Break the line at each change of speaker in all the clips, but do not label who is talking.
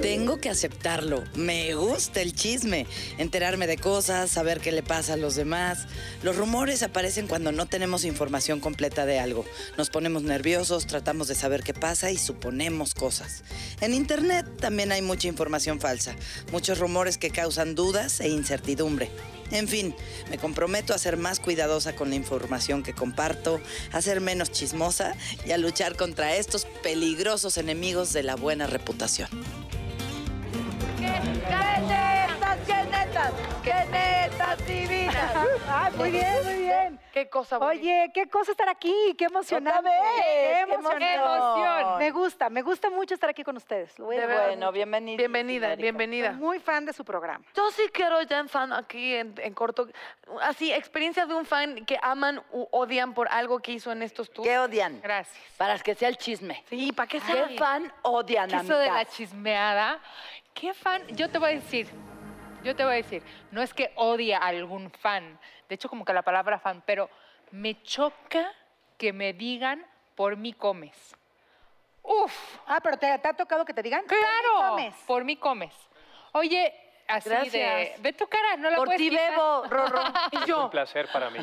tengo que aceptarlo. Me gusta el chisme, enterarme de cosas, saber qué le pasa a los demás. Los rumores aparecen cuando no tenemos información completa de algo. Nos ponemos nerviosos, tratamos de saber qué pasa y suponemos cosas. En Internet también hay mucha información falsa, muchos rumores que causan dudas e incertidumbre. En fin, me comprometo a ser más cuidadosa con la información que comparto, a ser menos chismosa y a luchar contra estos peligrosos enemigos de la buena reputación.
¡Qué netas, qué netas! ¡Qué netas divinas!
Ay, muy bien, muy bien.
¡Qué cosa bonita!
Oye, qué cosa estar aquí, qué emocionante.
vez,
Qué
qué emoción.
emoción. Me gusta, me gusta mucho estar aquí con ustedes. Lo voy a
De
decir.
verdad.
Bueno, bienvenida.
bienvenida,
Marika.
bienvenida.
Soy muy fan de su programa.
Yo sí quiero ya en fan aquí en, en corto, así, experiencias de un fan que aman u odian por algo que hizo en estos tours.
¿Qué odian?
Gracias.
Para que sea el chisme.
Sí, ¿para qué se
¿Qué fan odian,
¿Qué eso de la
amigas?
chismeada? ¿Qué fan? Yo te voy a decir, yo te voy a decir, no es que odie a algún fan, de hecho como que la palabra fan, pero me choca que me digan por mí comes. Uf,
Ah, pero te, te ha tocado que te digan.
claro,
¿Qué comes?
por mí comes. Oye, así de,
Gracias.
ve tu cara, no la
Por
puedes
ti
quitar.
bebo, Rorro.
Y
Es un
yo,
placer para mí.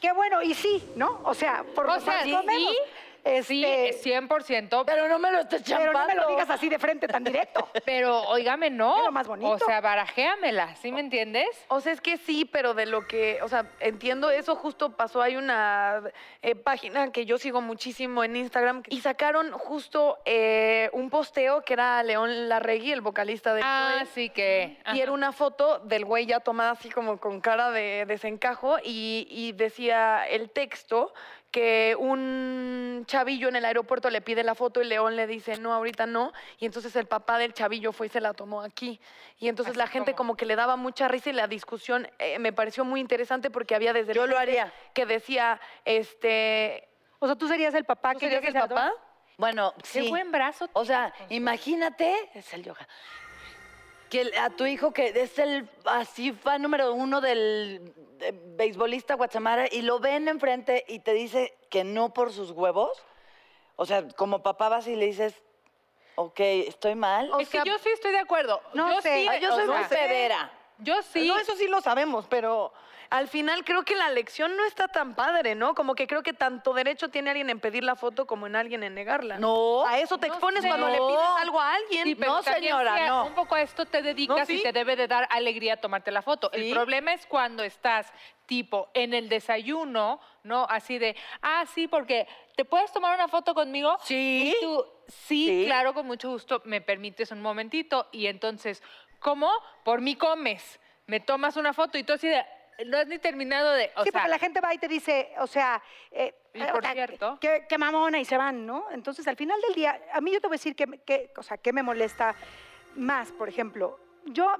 Qué bueno, y sí, ¿no? O sea, por
O
lo
sea,
más
sí,
comemos.
sí,
Este,
100%,
Pero no me lo estés
Pero
champando.
no me lo digas así de frente tan directo.
pero óigame, no.
Es lo más bonito.
O sea, barajéamela, ¿sí me entiendes?
O sea, es que sí, pero de lo que, o sea, entiendo, eso justo pasó, hay una eh, página que yo sigo muchísimo en Instagram y sacaron justo eh, un posteo que era León Larregui, el vocalista de...
Ah,
Zoe.
Así que...
Pues, Y era una foto del güey ya tomada así como con cara de desencajo y, y decía el texto que un chavillo en el aeropuerto le pide la foto y León le dice no, ahorita no. Y entonces el papá del chavillo fue y se la tomó aquí. Y entonces
Así
la gente
como-
como que le daba mucha risa y la discusión eh, me pareció muy interesante porque había desde...
Yo
la
lo
gente
haría.
Que decía, este...
O sea, tú serías el papá
¿Tú
que
serías
llegue
el
a las
papá?
dos.
Bueno,
Qué
sí.
buen brazo.
O sea,
tienes.
imagínate, es el yoga, que el- a tu hijo que es el así fan número uno del de- beisbolista Guatemala y lo ven enfrente y te dice que no por sus huevos. O sea, como papá vas y le dices, ok, estoy mal.
Es que yo sí estoy de acuerdo.
no
yo
sé.
Sí,
Ah, yo
o
soy
sea,
muy severa.
Yo sí.
No, eso sí lo sabemos, pero al final creo que la lección no está tan padre, ¿no? Como que creo que tanto derecho tiene alguien en pedir la foto como en alguien en negarla.
No.
A eso te
No
expones
sé.
cuando le
No.
pides algo a alguien.
Sí, pero
no,
también
señora,
sí a-
no.
Un poco a esto te dedicas
No, sí.
y te debe de dar alegría tomarte la foto. El
Sí.
problema es cuando estás, tipo, en el desayuno, ¿no? Así de, ah, sí, porque, ¿te puedes tomar una foto conmigo?
Sí.
Y tú, sí,
Sí.
claro, con mucho gusto, me permites un momentito. Y entonces, ¿cómo? Por mí comes. Me tomas una foto y tú así de, no has ni terminado de, o
sí,
sea,
porque la gente va y te dice, o sea, eh,
Y por
o sea,
cierto-
qué, qué mamona y se van, ¿no? Entonces, al final del día, a mí yo te voy a decir que, me- que- o sea, qué me molesta más, por ejemplo, yo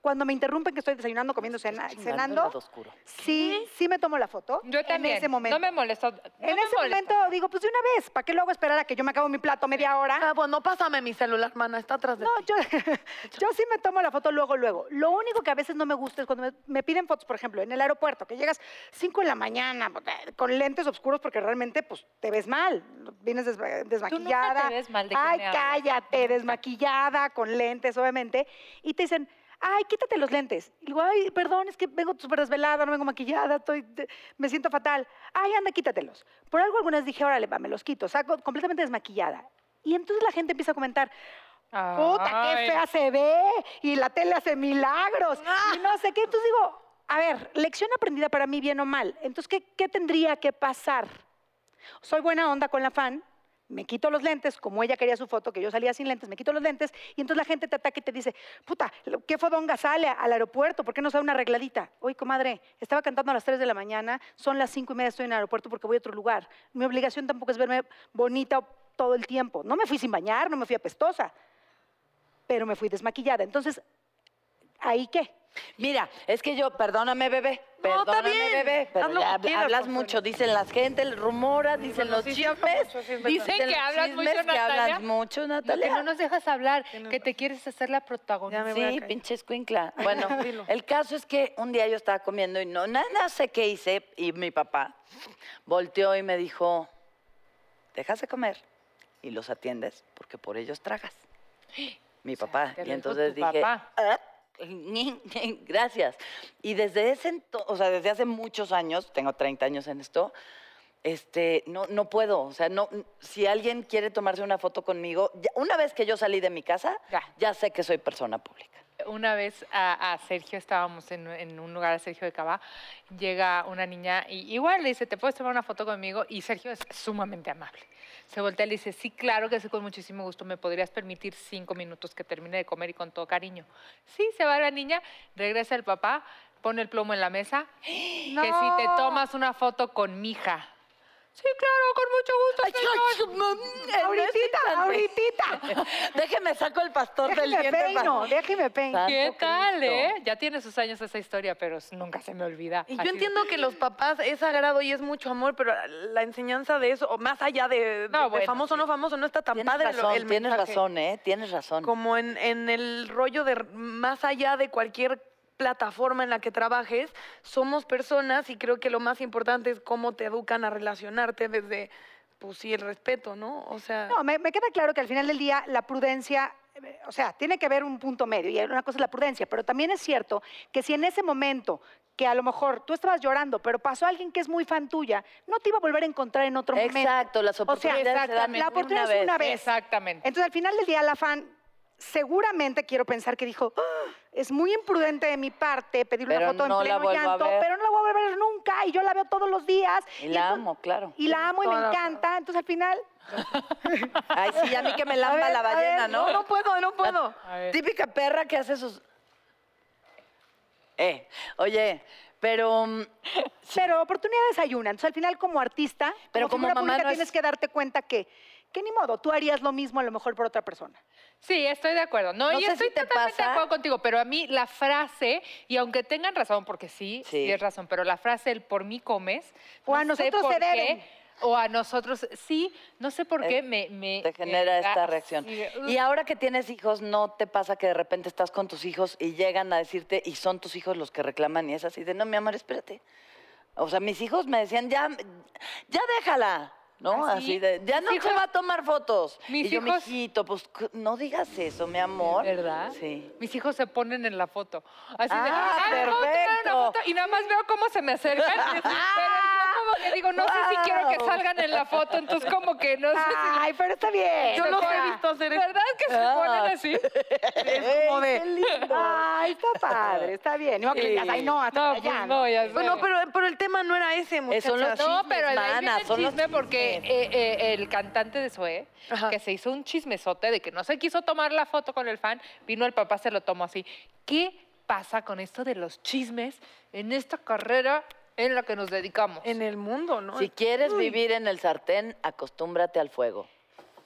cuando me interrumpen que estoy desayunando, comiendo, cena-
Chingando el
cenando,
lado oscuro.
sí, sí me tomo la foto.
yo también.
En ese momento.
No me molesta. no
en
me molesta.
ese momento digo, pues de una vez, ¿para qué lo hago esperar a que yo me acabo mi plato media hora?
Ah, bueno, pásame mi celular, mana, está atrás de
No,
ti.
yo, yo sí me tomo la foto luego, luego. Lo único que a veces no me gusta es cuando me, me piden fotos, por ejemplo, en el aeropuerto, que llegas 5 de la mañana pues, eh, con lentes oscuros porque realmente pues, te ves mal. Vienes desma- desmaquillada.
ves mal, ¿de qué
Ay,
me hablas?
cállate, desmaquillada, con lentes, obviamente. Y te dicen, ay, quítate los lentes. Y digo, ay, perdón, es que vengo súper desvelada, no vengo maquillada, estoy, te- me siento fatal. Ay, anda, quítatelos. Por algo algunas dije, órale, va, me los quito. O sea, co- completamente desmaquillada. Y entonces la gente empieza a comentar, puta, qué
Ay.
fea se ve, y la tele hace milagros, y no sé qué. Entonces digo, a ver, lección aprendida para mí, bien o mal. Entonces, ¿qué, qué tendría que pasar? Soy buena onda con la fan, me quito los lentes, como ella quería su foto, que yo salía sin lentes, me quito los lentes, y entonces la gente te ataca y te dice, puta, lo- qué fodonga sale al aeropuerto, ¿por qué no sale una arregladita? Oye, comadre, estaba cantando a las 3 de la mañana, son las 5 y media, estoy en el aeropuerto porque voy a otro lugar. Mi obligación tampoco es verme bonita todo el tiempo. No me fui sin bañar, no me fui apestosa pero me fui desmaquillada. Entonces, ¿ahí qué?
Mira, es que yo, perdóname, bebé.
No, está
Perdóname,
bien.
bebé. Pero
Haz lo
ya
que quieras,
hablas
Consuelo.
mucho. Dicen la gente, rumora, dicen
bueno,
los
sí, sí, hablo
chismes.
mucho, sí, es verdad.
dicen
Dicen que
los
hablas mucho,
chismes que
Natalia.
hablas mucho,
Lo que
Natalia.
no nos dejas hablar,
Tienes
que te quieres hacer la protagonista.
me voy a
Sí,
callar.
pinche escuincla. Bueno,
Dilo.
el caso es que un día yo estaba comiendo y no, nada, no sé qué hice. Y mi papá volteó y me dijo, dejas de comer y los atiendes porque por ellos tragas. mi papá.
te lo
y
dijo
entonces
tu
dije,
papá.
"Ah, ñin, ñin, gracias. Y desde ese entonces, o sea, desde hace muchos años, tengo 30 años en esto, este, no, no puedo. O sea, no, si alguien quiere tomarse una foto conmigo, ya- una vez que yo salí de mi casa,
Ya.
ya sé que soy persona pública.
Una vez a, a Sergio, estábamos en, en un lugar a Sergio de Cava, llega una niña y igual le dice, ¿te puedes tomar una foto conmigo? Y Sergio es sumamente amable. Se voltea y le dice, sí, claro que sí, con muchísimo gusto, ¿me podrías permitir cinco minutos que termine de comer y con todo cariño? Sí, se va la niña, regresa el papá, pone el plomo en la mesa, que si te tomas una foto con mi hija. Sí, claro, con mucho gusto. señor".
Ahoritita, ahoritita.
Déjeme saco el pastor del
Déjeme
diente. para-
peino, déjeme peino.
Santo
¿Qué tal,
Cristo.
eh? Ya tiene sus años esa historia, pero nunca se me olvida.
Y
Ha
yo
sido-
entiendo que los papás es sagrado y es mucho amor, pero la enseñanza de eso, o más allá de, de-
No,
de
bueno,
famoso o no famoso, no está tan
Tienes
padre lo-
razón,
el
tienes
mensaje.
razón, ¿eh? Tienes razón.
Como en, en el rollo de r- más allá de cualquier plataforma en la que trabajes, somos personas y creo que lo más importante es cómo te educan a relacionarte desde, pues sí, el respeto, ¿no? O sea,
No, me, me queda claro que al final del día la prudencia, eh, o sea, tiene que haber un punto medio y una cosa es la prudencia, pero también es cierto que si en ese momento que a lo mejor tú estabas llorando, pero pasó alguien que es muy fan tuya, no te iba a volver a encontrar en otro momento.
Exacto, las
O sea,
oportunidades se dan
la oportunidad es una vez.
Exactamente.
Entonces, al final del día, la fan seguramente quiero pensar que dijo, "Ah, es muy imprudente de mi parte pedirle
Pero
una foto
no la
en pleno
vuelvo a
llanto,
ver".
pero no la voy a volver a ver nunca y yo la veo todos los días.
Y la
entonces-
amo, claro.
Y la amo y me
Toda la-
encanta. Entonces, al final,
Ay, sí, a mí que me
A
lamba
ver,
la
a ver,
ballena, ¿no?
no, no puedo, no puedo.
A ver.
Típica perra que hace sus... Eh, oye, pero... mm,
Pero oportunidades hay una. Entonces, al final, como artista,
Pero como
figura
mamá
pública,
no es-
tienes que darte cuenta que, que ni modo, tú harías lo mismo a lo mejor por otra persona.
Sí, estoy de acuerdo. No,
No
y
sé
estoy
si te
totalmente
pasa.
de acuerdo contigo, pero a mí la frase, y aunque tengan razón, porque sí, sí,
Sí.
es razón, pero la frase el por mí comes.
O a
sé
nosotros
por
se
qué,
deben.
o a nosotros, sí, no sé por
Eh,
qué me. me
te
me
genera
da
esta
así
reacción.
de, "Ugh".
Y ahora que tienes hijos, ¿no te pasa que de repente estás con tus hijos y llegan a decirte y son tus hijos los que reclaman y es así de, no, mi amor, espérate? O sea, mis hijos me decían, ya, ya déjala, ¿no?
Ah,
Así
sí.
de, ya
Mis
no
hijos-
se va a tomar fotos.
Mis
y yo,
hijos-
mijito, pues cu- no digas eso, mi amor.
¿Verdad?
Sí.
Mis hijos se ponen en la foto. Así de,
Ah,
"Ay, ¿me puedo tomar una
perfecto.
foto?" Y nada más veo cómo se me acercan. pero yo como que digo, no sé si quiero que
Wow.
salgan en la foto, entonces como que no sé
Ah,
si...
Ay, pero está bien.
se
los he
ponen-
visto hacer eso.
¿Verdad que se
Ah.
ponen así?
Es como de...
Ay, está padre, está bien. No, que le digas, ay, no, hasta
No,
para allá,
pues
¿no?".
no, ya sé.
Bueno, pero, pero el tema no era ese,
Eh,
muchachas.
son los chismes,
No, pero de ahí viene
mana,
el
son los
chisme porque
chismes.
eh, eh, el cantante de Zoé,
Ajá.
que se hizo un chismesote de que no se quiso tomar la foto con el fan, vino el papá, se lo tomó así. ¿Qué pasa con esto de los chismes en esta carrera en la que nos dedicamos?
En el mundo, ¿no?
Si quieres vivir en el sartén, acostúmbrate al fuego.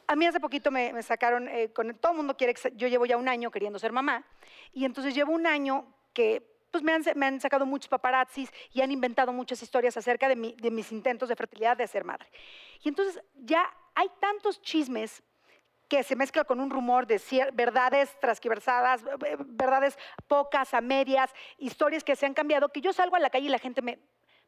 A mí hace poquito me, me sacaron, eh, con todo el mundo quiere, que se- yo llevo ya un año queriendo ser mamá, y entonces llevo un año que pues me han, sa- me han sacado muchos paparazzis y han inventado muchas historias acerca de, mi- de mis intentos de fertilidad, de ser madre. Y entonces ya hay tantos chismes que se mezcla con un rumor de cier- verdades transquiversadas, eh, eh, verdades pocas, a medias, historias que se han cambiado, que yo salgo a la calle y la gente me,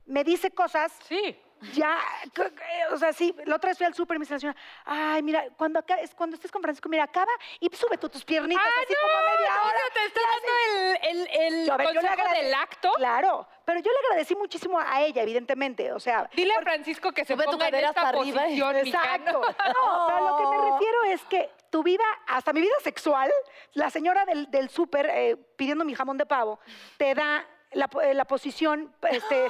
me dice cosas
Sí.
ya, c- c- o sea, sí, la otra vez fui al súper y me dice la señora, ay, mira, cuando, acá, es- cuando estés con Francisco, mira, acaba y sube tú tus piernitas
Ah,
pues así como a media
no, o
hora.
sea, te está
y
dando el, el, el
Yo, a ver, yo le
consejo
agrade-
del acto.
Claro, pero yo le agradecí muchísimo a ella, evidentemente, o sea...
Dile a Francisco que se
Sube tu
ponga en
cadera
esta
hasta arriba y-
posición, mija, ¿no?
Exacto. No, pero a lo que me refiero es que tu vida, hasta mi vida sexual, la señora del, del súper eh, pidiendo mi jamón de pavo, te da la, po- eh, la posición este,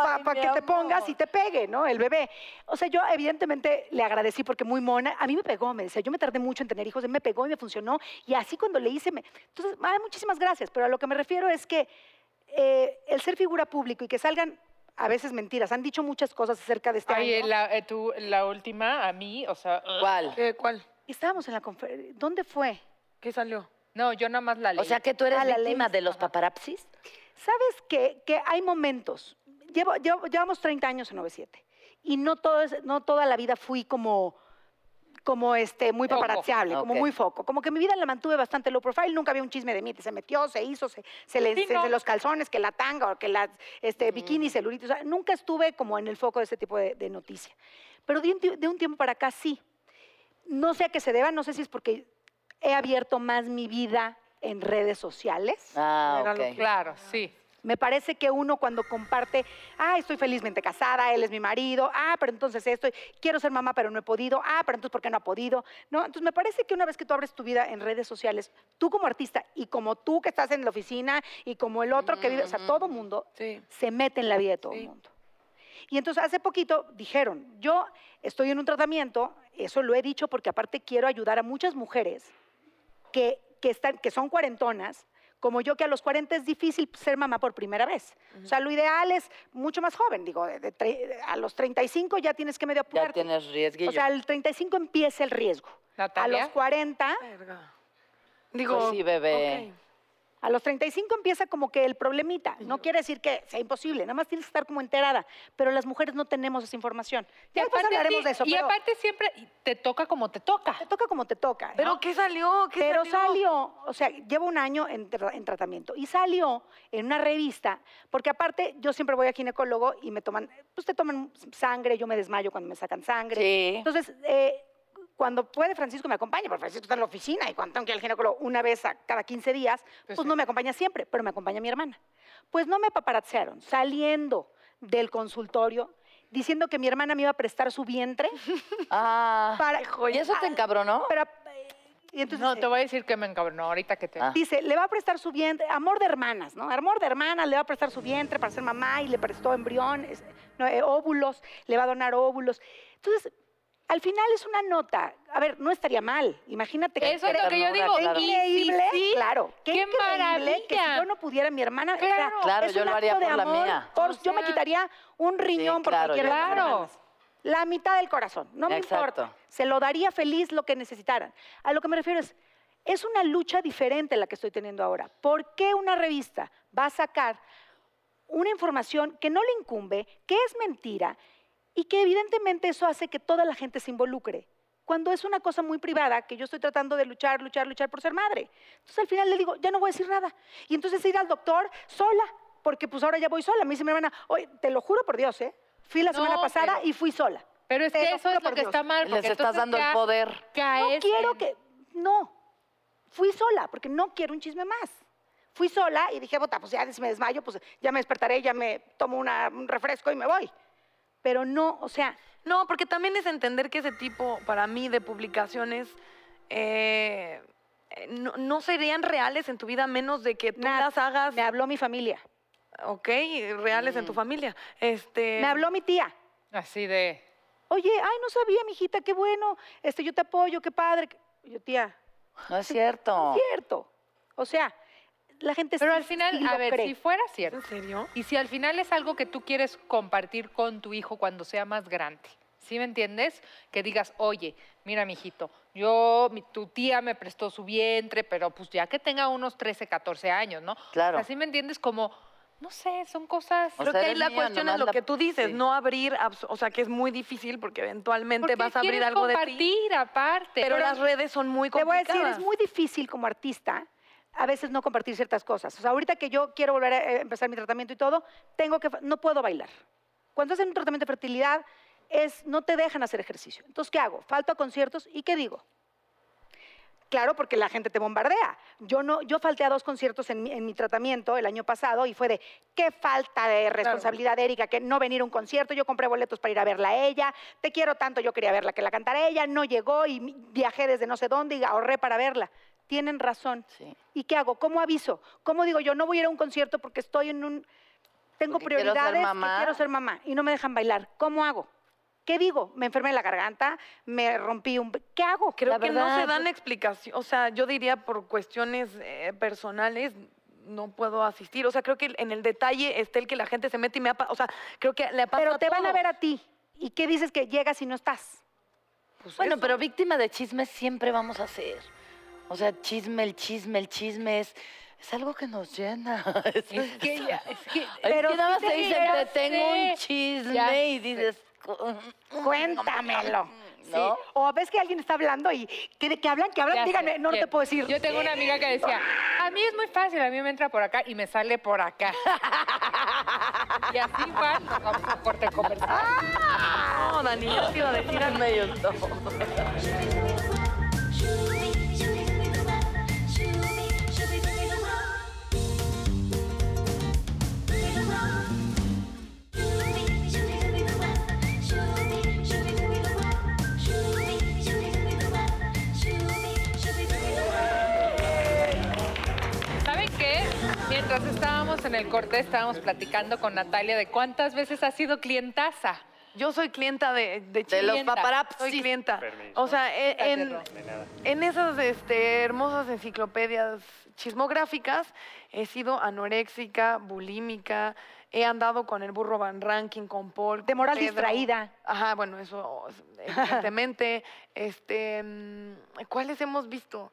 para
Ay, mi
que te pongas
amor.
y te pegue, ¿no? El bebé. O sea, yo evidentemente le agradecí porque muy mona. A mí me pegó, me decía, yo me tardé mucho en tener hijos, a mí me pegó y me funcionó. Y así cuando le hice, me... entonces, ay, muchísimas gracias, pero a lo que me refiero es que eh, el ser figura público y que salgan a veces mentiras, han dicho muchas cosas acerca de este
Ay, eh,
año.
la, eh, tú, la última, a mí, o sea... ugh.
¿Cuál?
¿Qué, ¿Cuál?
Estábamos en la conferencia. ¿Dónde fue?
¿Qué salió?
No, yo nada más la leí.
O sea que tú eres
Ah, la
víctima
leíste,
de los paparapsis.
¿Sabes qué? Que hay momentos. Llevo, llevo- llevamos 30 años en 97 y no, todo es- no toda la vida fui como como este muy
Foco.
paparazziable, como
Ok.
muy foco. Como que mi vida la mantuve bastante low profile, nunca había un chisme de mí, que se metió, se hizo, se, se le
Sí,
se-
no. Mm.
se los calzones, que la tanga, o que la este, bikini, celulitis, o sea, nunca estuve como en el foco de ese tipo de, de noticia. Pero de un, tie- de un tiempo para acá sí. No sé a qué se deba, no sé si es porque he abierto más mi vida en redes sociales.
Ah,
Era lo
ok.
Claro, sí.
Me parece que uno cuando comparte, ah, estoy felizmente casada, él es mi marido, ah, pero entonces esto, quiero ser mamá, pero no he podido, ah, pero entonces ¿por qué no ha podido? No, entonces me parece que una vez que tú abres tu vida en redes sociales, tú como artista y como tú que estás en la oficina y como el otro que vive, o sea, todo mundo
Sí.
se mete en la vida de todo el
Sí.
mundo. Y entonces hace poquito dijeron, yo estoy en un tratamiento, eso lo he dicho porque aparte quiero ayudar a muchas mujeres que, que, están, que son cuarentonas, como yo que a los 40 es difícil ser mamá por primera vez. O sea, lo ideal es mucho más joven, digo, de- de tre- a los 35 ya tienes que medio
Ya
apurarte.
tienes riesguillo.
o sea, al 35 empieza el riesgo.
Natalia.
A los 40
Verga. Digo,
Pues sí, bebé.
ok.
a los 35 empieza como que el problemita. No quiere decir que sea imposible, nada más tienes que estar como enterada. Pero las mujeres no tenemos esa información. Ya después hablaremos
sí,
de eso.
y
pero
aparte siempre te toca como te toca.
te toca como te toca.
¿Pero
¿no?
qué salió? ¿Qué
Pero salió, o sea, llevo un año en, tra- en tratamiento y salió en una revista, porque aparte yo siempre voy a ginecólogo y me toman, pues te toman sangre, yo me desmayo cuando me sacan sangre.
Sí.
Entonces, eh, cuando puede Francisco me acompaña, porque Francisco está en la oficina y cuando tengo que ir al ginecólogo una vez a cada 15 días, pues,
sí.
no me acompaña siempre, pero me acompaña mi hermana. Pues no me paparazziaron saliendo del consultorio diciendo que mi hermana me iba a prestar su vientre
Ah.
para...
¿Y eso te encabronó?
Pero, y entonces, eh,
no, te voy a decir que me encabronó ahorita que te...
Ah.
Dice, le va a prestar su vientre, amor de hermanas, ¿no? Amor de hermanas, le va a prestar su vientre para ser mamá y le prestó embriones, no, eh, óvulos, le va a donar óvulos. Entonces, al final es una nota. A ver, no estaría mal. Imagínate que
Eso es lo que
ternura,
yo digo.
claro.
y si
increíble,
sí,
claro. Qué,
¡Qué
increíble que si
maravilla!
yo no pudiera, mi hermana. o sea,
Claro.
Claro,
es
yo
un
lo haría
acto de
por la
amor,
mía.
por-
O
yo me
sea,
quitaría un riñón por
claro,
cualquiera de mis
claro.
hermanas. La mitad del corazón, no me
Exacto.
importa. Se lo daría feliz lo que necesitaran. A lo que me refiero es, es una lucha diferente la que estoy teniendo ahora. ¿Por qué una revista va a sacar una información que no le incumbe, que es mentira y que evidentemente eso hace que toda la gente se involucre? Cuando es una cosa muy privada, que yo estoy tratando de luchar, luchar, luchar por ser madre. Entonces al final le digo, ya no voy a decir nada. Y entonces ir al doctor sola, porque pues ahora ya voy sola. Me dice mi hermana, oye, te lo juro por Dios, ¿eh? Fui la
No,
semana pasada
pero-
y fui sola.
Pero es
Te
que eso
lo
es
juro
lo
por
que
Dios.
está mal.
Les
porque
estás
entonces
dando el
ya
poder.
caes
No quiero
en-
que. No. Fui sola, porque no quiero un chisme más. Fui sola y dije, bota, pues ya si me desmayo, pues ya me despertaré, ya me tomo una- un refresco y me voy. Pero no, o sea,
No, porque también es entender que ese tipo, para mí, de publicaciones eh, eh, no, no serían reales en tu vida a menos de que tú
Nat,
las hagas,
me habló mi familia,
ok, reales en tu familia. Este,
me habló mi tía.
Así de...
Oye, ay, no sabía, mijita, qué bueno, este, yo te apoyo, qué padre. Yo, tía,
No es cierto.
cierto. O sea, la gente
Pero
sí-
al final,
sí
a
lo
ver,
cree.
si fuera
¿Es ¿En
cierto,
serio?
y si al final es algo que tú quieres compartir con tu hijo cuando sea más grande, ¿sí me entiendes? Que digas, oye, mira, mijito, yo, mi- tu tía me prestó su vientre, pero pues ya que tenga unos 13, 14 años, ¿no?
Claro.
Así me entiendes como, no sé, son cosas...
O
Creo
sea,
que ahí
eres
la
niña,
cuestión es
nomás
lo
la-
que tú dices,
sí.
no abrir, abs- o sea, que es muy difícil porque eventualmente
porque
vas a abrir
quieres
algo de ti.
compartir aparte.
Pero las redes son muy
Te voy a
complicadas.
decir, es muy difícil como artista a veces no compartir ciertas cosas. O sea, ahorita que yo quiero volver a eh, empezar mi tratamiento y todo, tengo que, no puedo bailar. Cuando hacen un tratamiento de fertilidad, es, no te dejan hacer ejercicio. Entonces, ¿qué hago? Falto a conciertos y ¿qué digo? Claro, porque la gente te bombardea. Yo no, yo falté a dos conciertos en mi, en mi tratamiento el año pasado y fue de qué falta de responsabilidad, Erika, que no venir a un concierto. Yo compré boletos para ir a verla a ella. Te quiero tanto, yo quería verla que la cantara ella. No llegó y mi- viajé desde no sé dónde y ahorré para verla. Tienen razón.
Sí.
¿Y qué hago? ¿Cómo aviso? ¿Cómo digo yo no voy a ir a un concierto porque estoy en un tengo
Porque quiero ser
prioridades, que
mamá.
quiero ser mamá y no me dejan bailar? ¿Cómo hago? ¿Qué digo? Me enfermé la garganta, me rompí un ¿Qué hago?
Creo
La
que no se
verdad,
dan
yo-
explicación, o sea, yo diría por cuestiones eh, personales no puedo asistir, o sea, creo que en el detalle está el que la gente se mete y me ha, pa- o sea, creo que le ha pasado
Pero te van a
todos.
ver a ti. ¿Y qué dices que llegas y no estás?
Pues
Bueno,
eso.
pero víctima de chismes siempre vamos a ser. O sea, chisme, el chisme, el chisme es, es algo que nos llena. Es,
Es que ya, es que...
pero
pero
nada más
sí
te
te-
dicen,
ya
te tengo un
sé,
chisme
ya
y
sé.
dices,
Cuéntamelo.
¿no?
Sí. O ves que alguien está hablando y que, que hablan, que hablan,
Ya
díganme,
sé,
no, no
ya-
te puedo decir. Eh,
Yo tengo una amiga que decía, a mí es muy fácil, a mí me entra por acá y me sale por acá. y así van, vamos a un corte comercial.
No, Dani, yo te iba a decir a
Me gustó.
Shoo-dee, shoo-dee, shoo-dee,
estábamos en el corte, estábamos platicando con Natalia de cuántas veces ha sido clientaza.
Yo soy clienta de, de
De los
clienta,
paparazzi.
Soy clienta.
Permiso.
O sea, e-
Estás de
en,
rojo.
en esas este, hermosas enciclopedias chismográficas he sido anoréxica, bulímica, he andado con el burro Van Ranking, con Paul.
De
con
moral
Pedro.
distraída.
Ajá, bueno, eso evidentemente. este, mm, ¿Cuáles hemos visto?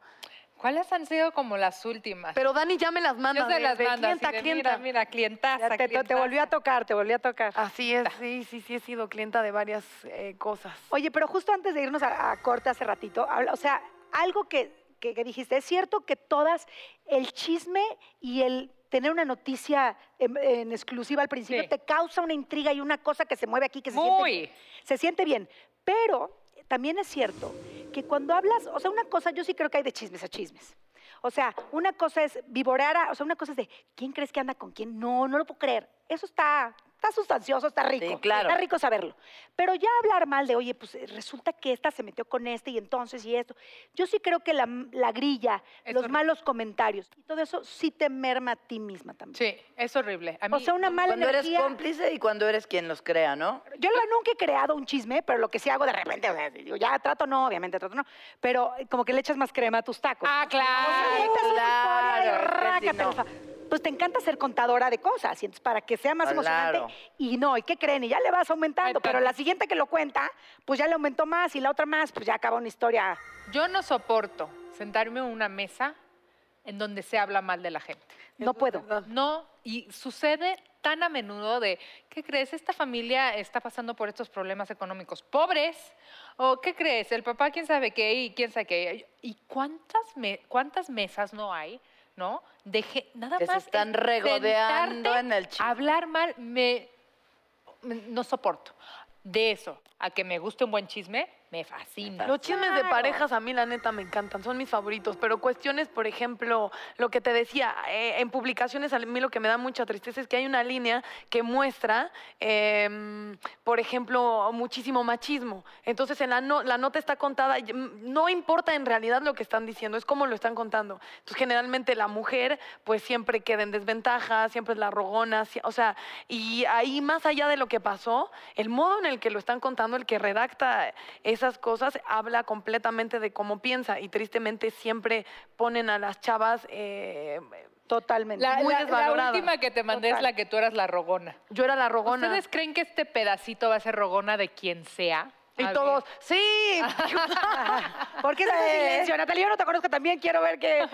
¿Cuáles han sido como las últimas?
Pero Dani ya me las manda.
Yo se
de-
las
de
mando así
clienta,
de,
clienta.
Mira, mira,
Ya
clientaza,
te, te- te
clientaza.
volvió a tocar, te volvió a tocar.
Así es, sí, sí, sí, he sido clienta de varias eh, cosas.
Oye, pero justo antes de irnos a, a corte hace ratito, habla- o sea, algo que, que- que dijiste, es cierto que todas, el chisme y el tener una noticia en, en exclusiva al principio
Sí.
te causa una intriga y una cosa que se mueve aquí, que se siente
Muy.
se siente bien. Pero también es cierto que cuando hablas, o sea, una cosa, yo sí creo que hay de chismes a chismes. O sea, una cosa es vivorear, a- o sea, una cosa es de quién crees que anda con quién. No, no lo puedo creer. Eso está, está sustancioso, está rico.
claro.
Está rico saberlo. Pero ya hablar mal de, oye, pues eh, resulta que esta se metió con este y entonces y esto. Yo sí creo que la, la grilla,
Es
los
horrible.
malos comentarios y todo eso sí te merma a ti misma también.
Sí, es horrible. A
O
mí-
sea, una mala
Cuando eres
energía.
cómplice y cuando eres quien los crea, ¿no?
Yo la- nunca he creado un chisme, pero lo que sí hago de repente, o sea, digo, ya trato no, obviamente trato no, pero como que le echas más crema a tus tacos.
Ah,
O sea,
claro.
cuentas una
claro,
historia y
es que sí,
rácatelas. Pues te encanta ser contadora de cosas, y entonces para que sea más
Claro.
emocionante. Y no, ¿y qué creen? Y ya le vas aumentando,
Ay,
pero
tanto.
la siguiente que lo cuenta, pues ya le aumentó más y la otra más, pues ya acaba una historia.
Yo no soporto sentarme en una mesa en donde se habla mal de la gente.
No puedo.
No, y sucede tan a menudo de, ¿qué crees? Esta familia está pasando por estos problemas económicos. Pobres. ¿O qué crees? El papá quién sabe qué y quién sabe qué. ¿Y cuántas, me- cuántas mesas no hay? ¿No? De ge- nada
Que se
más. es
están regodeando
sentarte
en el chisme.
Hablar mal me, me- no soporto. De eso, a que me guste un buen chisme, me fascina.
Los chismes de parejas a mí la neta me encantan, son mis favoritos, pero cuestiones, por ejemplo, lo que te decía, eh, en publicaciones a mí lo que me da mucha tristeza es que hay una línea que muestra, em, por ejemplo, muchísimo machismo. Entonces en la, no- la nota está contada, y, mm, no importa en realidad lo que están diciendo, es cómo lo están contando. Entonces generalmente la mujer pues siempre queda en desventaja, siempre es la rogona, si- o sea, y ahí más allá de lo que pasó, el modo en el que lo están contando, el que redacta esas cosas, habla completamente de cómo piensa y tristemente siempre ponen a las chavas... eh,
Totalmente.
La,
muy
la- la
desvalorada.
última que te mandé es
Total.
la que tú eras la rogona.
yo era la rogona.
¿Ustedes creen que este pedacito va a ser rogona de quien sea?
y
A ver.
todos, sí,
¿Por qué ese silencio? Natalia, yo no te conozco también, quiero ver que,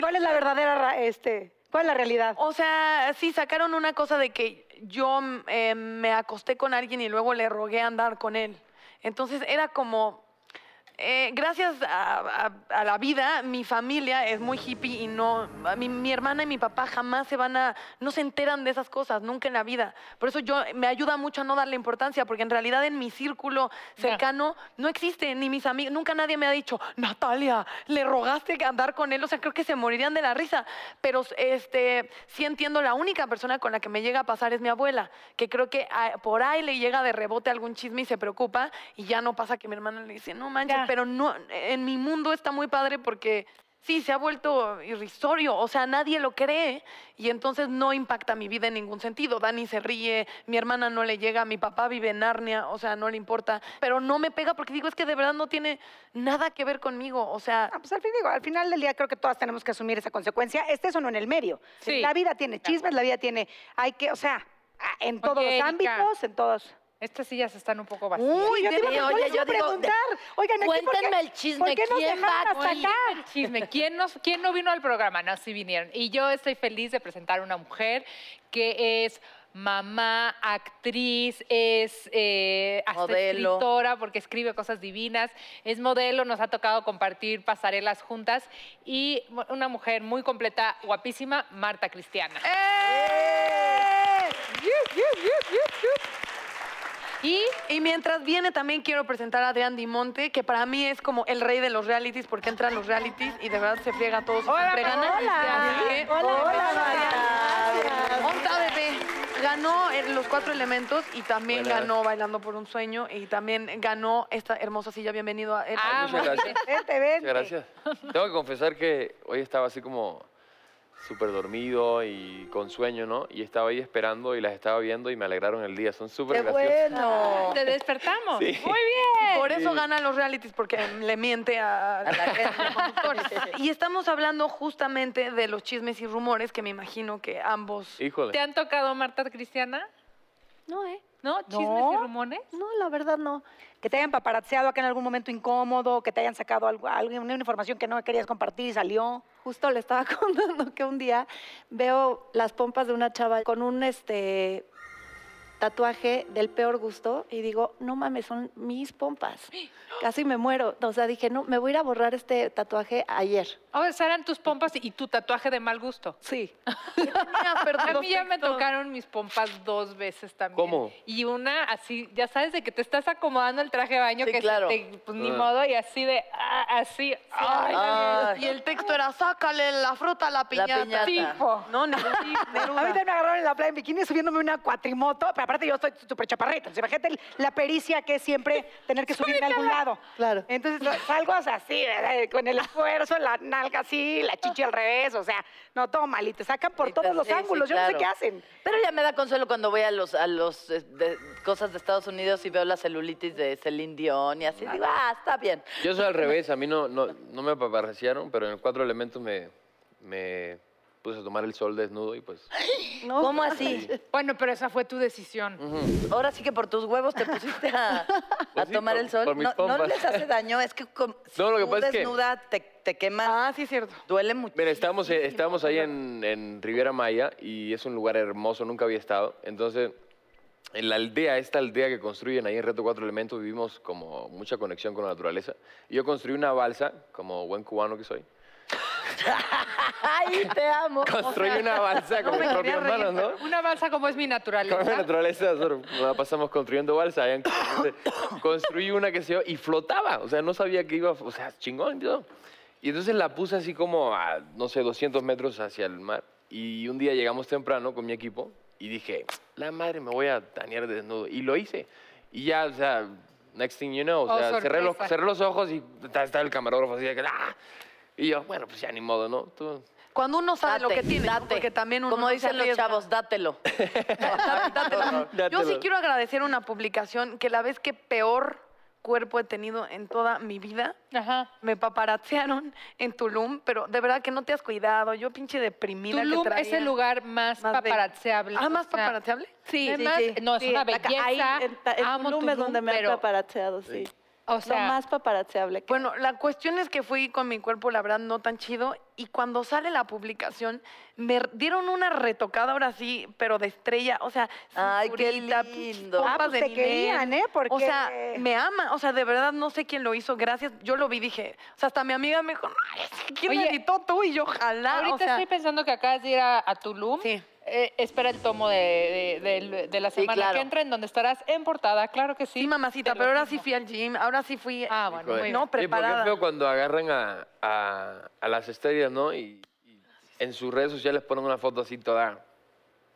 cuál es la verdadera, ra- este, cuál es la realidad.
O sea, sí, sacaron una cosa de que yo mm, eh, me acosté con alguien y luego le rogué andar con él. Entonces era como, eh, gracias a, a- a la vida, mi familia es muy hippie y no, a mí- mi, hermana y mi papá jamás se van a, no se enteran de esas cosas, nunca en la vida. Por eso yo me ayuda mucho a no darle importancia, porque en realidad en mi círculo
Ya.
cercano no existe, ni mis amigos, nunca nadie me ha dicho, Natalia, le rogaste que andar con él, o sea, creo que se morirían de la risa. Pero este, sí entiendo, la única persona con la que me llega a pasar es mi abuela, que creo que ah, por ahí le llega de rebote algún chisme y se preocupa, y ya no pasa que mi hermana le dice, no manches,
Ya.
pero no, en mi mundo está muy padre porque sí, se ha vuelto irrisorio, o sea, nadie lo cree y entonces no impacta mi vida en ningún sentido. Dani se ríe, mi hermana no le llega, mi papá vive en Narnia, o sea, no le importa, pero no me pega porque digo, es que de verdad no tiene nada que ver conmigo, o sea,
Ah, pues al, fin, digo, al final del día creo que todas tenemos que asumir esa consecuencia, estés o no en el medio.
Sí.
La vida tiene chismes, la vida tiene, hay que, o sea, ah, en todos
Oye, Erika.
los ámbitos, en todos.
Estas sillas están un poco vacías.
Uy, yo te
sí,
iba a
oye,
yo
yo digo,
preguntar. Oigan, aquí, ¿por qué-
cuéntenme el chisme,
¿Por qué nos
¿quién
dejaron
va
hasta
con-
acá?
El chisme. ¿Quién, nos, ¿Quién no vino al programa? No, sí vinieron. Y yo estoy feliz de presentar a una mujer que es mamá, actriz, es eh, hasta
Modelo.
escritora porque escribe cosas divinas, es modelo, nos ha tocado compartir pasarelas juntas y mu- una mujer muy completa, guapísima, Marta Cristiana. Y
Y mientras viene también quiero presentar a Adrián Dimonte, que para mí es como el rey de los realities, porque entra a los realities y de verdad se friega a todos. y siempre gana. Así que-
Hola,
Hola,
Adrián.
Adrián. Onta, bebé. Ganó eh, los cuatro elementos y también ganó Bailando por un Sueño y también ganó esta hermosa silla. Bienvenido a eh, él.
Ah,
Muchas gracias.
Vente, vente.
Muchas gracias. Tengo que confesar que hoy estaba así como
súper dormido y con sueño, ¿no? Y estaba ahí esperando y las estaba viendo y me alegraron el día. Son súper
¡Qué
graciosas.
bueno!
Te despertamos.
Sí.
Muy bien.
Por eso
Sí.
ganan los realities, porque le miente a, a la gente. y estamos hablando justamente de los chismes y rumores que me imagino que ambos...
¿Te
Híjole.
han tocado, Marta Cristiana?
No, ¿eh?
¿No? ¿Chismes y
No.
rumores?
No, la verdad no.
Que te hayan paparazziado acá en algún momento incómodo, que te hayan sacado algo, alguien- una información que no querías compartir y salió.
Justo le estaba contando que un día veo las pompas de una chava con un este tatuaje del peor gusto y digo, no mames, son mis pompas. Casi me muero. O sea, dije, no, me voy a ir a borrar este tatuaje ayer.
Ahora serán tus pompas y tu tatuaje de mal gusto.
Sí.
A mí ya me tocaron mis pompas dos veces también.
¿Cómo?
Y una así, ya sabes, de que te estás acomodando el traje de baño,
Sí,
que se
claro.
te- pues, ni
Ah.
modo, y así de, ah, así, ay,
Ay,
Y el texto era, sácale la fruta a la piñata.
piñata.
tipo.
No, ni ni- Neruda.
A mí también me agarraron en la playa en bikini subiéndome una cuatrimoto, pero aparte yo estoy súper chaparrita. Entonces, imagínate la pericia que es siempre tener que subirme a algún lado.
Claro.
Entonces salgo así, ¿verdad? con el esfuerzo, la nalga así, la chichi al revés, o sea, no, todo mal. Y te sacan por
Y te-
todos los
sí, sí,
ángulos, yo no sé
claro.
qué hacen.
Pero ya me da consuelo cuando voy a los, a los eh, de- cosas de Estados Unidos y veo la celulitis de Celine Dion y así. Digo, ah, está bien.
Yo soy al revés, a mí no, no, no me paparraciaron, pero en el Cuatro Elementos me, me puse a tomar el sol desnudo y pues...
¿Cómo así?
Bueno, pero esa fue tu decisión.
ujú.
Ahora sí que por tus huevos te pusiste a, a
Pues sí,
tomar
por-
el sol.
por mis
no, no
pompas.
les hace daño, es que como, si
No, lo que
tú
pasa es que-
desnuda te, te quemas.
Ah, sí, es cierto.
Duele mucho.
Mira, estamos, eh, estamos ahí en, en Riviera Maya y es un lugar hermoso, nunca había estado. Entonces, en la aldea, esta aldea que construyen ahí en Reto Cuatro Elementos, vivimos como mucha conexión con la naturaleza. Y yo construí una balsa, como buen cubano que soy.
Ay, te amo.
Construí una balsa con mis propias manos, ¿no?
Una balsa como es mi
Con la
naturaleza.
naturaleza, nosotros nos la pasamos construyendo balsa. allá en Cozumel. Construí una que se y flotaba. O sea, no sabía que iba, o sea, chingón. tío. Y entonces la puse así como a, no sé, 200 metros hacia el mar. Y un día llegamos temprano con mi equipo y dije, la madre, me voy a tanear desnudo. Y lo hice. Y ya, o sea, next thing you know, o
Oh,
sea, cerré los,
sorpresa.
cerré los ojos y ta- estaba el camarógrafo así de que, "Ah". Y yo, bueno, pues ya ni modo, ¿no? Tú-
Cuando uno sabe lo
Date,
que tiene, ¿no?
date.
porque también uno
Como
no se
dicen los
arriesga.
chavos, dátelo.
Dátela. Yo sí
Dátela.
quiero agradecer una publicación que la vez que peor cuerpo he tenido en toda mi vida,
Ajá.
me paparazziaron en Tulum, pero de verdad que no te has cuidado, yo pinche deprimida que
Tulum es
traía.
el lugar más,
Más bello.
paparazziable.
Ah,
o
¿más
sea,
paparazziable?
Sí,
Sí,
además,
sí,
no, es
sí,
una
acá-
belleza.
Ahí, en, ta- en
Amo
Tulum es donde me han
pero,
paparazziado, sí.
O sea,
lo más paparazziable que
Bueno, la cuestión es que fui con mi cuerpo, la verdad, no tan chido. Y cuando sale la publicación, me r- dieron una retocada ahora sí, pero de estrella. O sea,
Ay, qué
cinturita,
lindo.
pompas
Ah, pues
de
te
nivel.
querían, ¿eh? Porque-
O sea, me ama. O sea, de verdad, no sé quién lo hizo. Gracias. Yo lo vi, dije. O sea, hasta mi amiga me dijo, "Ay, es que ¿quién
Oye,
le editó tú? Y yo, ojalá.
ahorita
o sea,
estoy pensando que acabas de ir a, a Tulum.
Sí.
Eh, espera el tomo de, de- del- de la
Sí,
semana
claro.
que entra, en donde estarás en portada, claro que sí.
sí, mamacita,
Te lo
pero
pues
ahora sí
firmo.
fui al gym, ahora sí fui. eh,
Ah, bueno, muy
Híjole.
bien.
No,
Oye, pero qué
preparada.
feo cuando agarran a, a- a las estrellas, ¿no? Y, y en sus redes sociales ponen una foto así toda,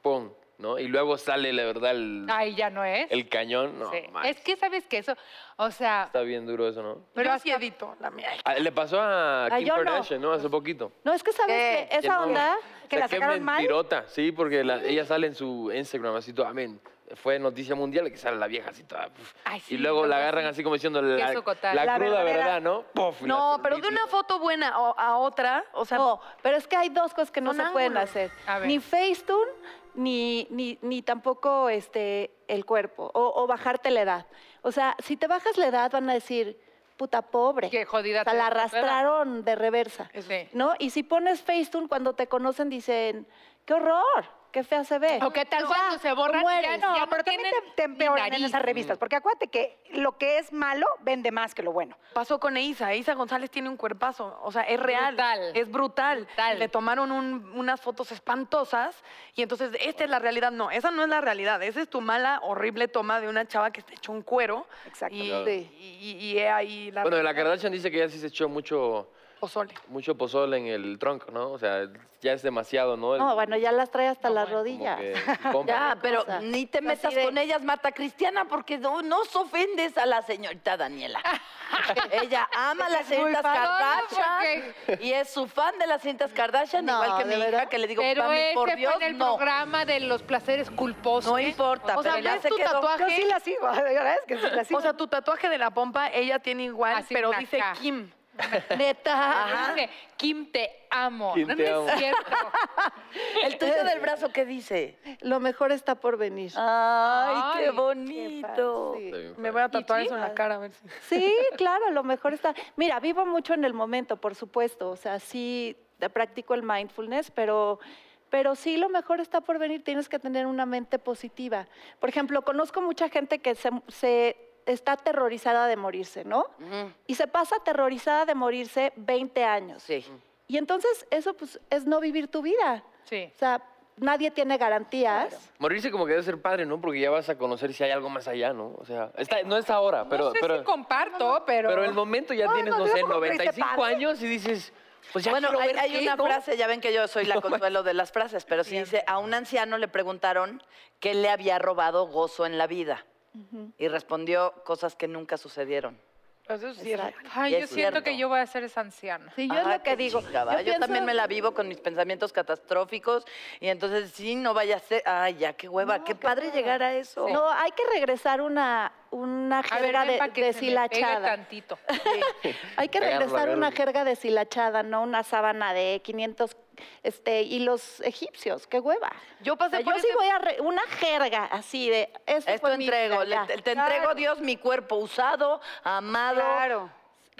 ¡pum! ¿no? Y luego sale, la verdad, el,
Ay, ya no es.
el cañón. No,
Sí.
man,
Es que sabes que eso, o sea,
Está bien duro eso, ¿no?
pero
yo
hasta-
sí edito la mía.
Ah, Le pasó a
Ah,
Kim
yo no.
Kardashian, ¿no? Hace poquito.
No, es que sabes
Eh,
¿Qué?
que esa
no-
onda,
que
o sea,
la
qué
sacaron mal.
mentirota, sí, porque la- ella sale en su Instagram así toda, amén. Fue noticia mundial que sale la vieja así toda. puf.
Ay, sí,
y luego la
luego
agarran
sí.
así como diciendo la,
Queso
la,
cottage.
La
cruda
verdadera.
verdad, ¿no? Puf, y la
No, pero de
celulitis.
una foto buena o- a otra, o sea,
no, Oh, pero es que hay dos cosas que no
Son
se pueden
ángulos.
hacer.
A ver.
Ni Facetune, ni, ni, ni tampoco este, el cuerpo, o, o bajarte la edad. O sea, si te bajas la edad van a decir, puta pobre.
Qué jodida
O sea,
te
la
ves, ¿verdad?
arrastraron de reversa.
Sí.
¿No? Y si pones Facetune, cuando te conocen dicen, qué horror, qué fea se ve.
O qué tal
Ya,
cuando se borran y
mueres.
ya-
No,
ya
No, pero también
tienen
te, te
ni
empeoran en
nariz.
esas revistas, porque acuérdate que lo que es malo vende más que lo bueno.
pasó con Eiza. Eiza González tiene un cuerpazo, o sea, es real.
Brutal.
Es brutal.
Brutal.
Le tomaron un- unas fotos espantosas y entonces, esta es la realidad. No, esa no es la realidad. Esa es tu mala, horrible toma de una chava que está hecho un cuero.
Exacto.
Y,
Claro.
y- y- y he ahí la
Bueno, la
realidad.
Kardashian dice que ella sí se echó mucho
pozole.
Mucho pozole en el tronco, ¿no? O sea, ya es demasiado, ¿no? El-
No, bueno, ya las trae hasta
No,
las
bueno,
como
rodillas.
que sí compra.
Ya, pero
cosa.
ni te metas
de-
con ellas, Marta Cristiana, porque no nos ofendes a la señorita Daniela. Ella ama las cintas Kardashian y es su fan de las cintas Kardashian,
No,
igual que
¿de
mi hija
verdad?
que le digo,
Pero
"Mami,
ese
por Dios,
fue en el
no.
programa de los placeres culposos.
No importa,
O sea,
pero ya
¿ves
se
tu
quedó.
tatuaje?
Yo sí la sigo, la verdad es que sí la sigo.
O sea, tu tatuaje de la pompa, ella tiene igual,
Así
pero
una
dice
K.
Kim.
Neta.
Ajá. Dice, Kim, te amo.
Kim,
no,
te
no
amo.
es cierto.
El tuyo del brazo, ¿qué dice?
Lo mejor está por venir.
Ah, Ay, qué
qué
bonito.
Sí.
Está bien
Me
padre.
voy a tatuar eso en la cara, a ver si.
Sí, claro, lo mejor está. Mira, vivo mucho en el momento, por supuesto. O sea, sí te practico el mindfulness, pero, pero sí lo mejor está por venir. Tienes que tener una mente positiva. Por ejemplo, conozco mucha gente que se, se está aterrorizada de morirse, ¿no?
Ujú,
Y se pasa aterrorizada de morirse 20 años.
Sí.
Y entonces eso pues, es no vivir tu vida.
Sí.
O sea, nadie tiene garantías.
Morirse como que debe ser padre, ¿no? Porque ya vas a conocer si hay algo más allá, ¿no? O sea, está- no es ahora, pero...
no sé
pero...
si comparto, pero...
Pero en el momento ya
Ay,
tienes,
no,
no
yo
sé,
como que te
95
pasa.
años y dices, pues ya
Bueno,
quiero
hay,
ver
hay
qué,
una
¿no?
frase, ya ven que yo soy la consuelo de las frases, pero sí dice, a un anciano le preguntaron qué le había robado gozo en la vida y respondió cosas que nunca sucedieron.
Eso sí es
Exacto.
Ay,
Ya
yo
es
siento
cierto.
que yo voy a ser esa anciana.
Sí, yo
Ay,
es lo que
qué
digo.
chingada. Yo,
pienso-
también me la vivo con mis pensamientos catastróficos y entonces sí, no vaya a ser, ay, ya, qué hueva, qué, padre llegar a eso.
No, hay que regresar una, una
A ver,
jerga
ven pa'
de,
que se me pegue
deshilachada.
tantito.
Hay que
Pegarlo,
regresar
pegarlo.
una jerga deshilachada, no una sábana de 500 este, hilos egipcios. ¡Qué hueva!
Yo
O sea,
pasé
yo
por
sí
ese
voy a re- una jerga así de... Esto,
Esto
fue mi
entrego,
vida,
le-
ya.
te, te entrego, Dios, mi cuerpo usado, amado.
claro.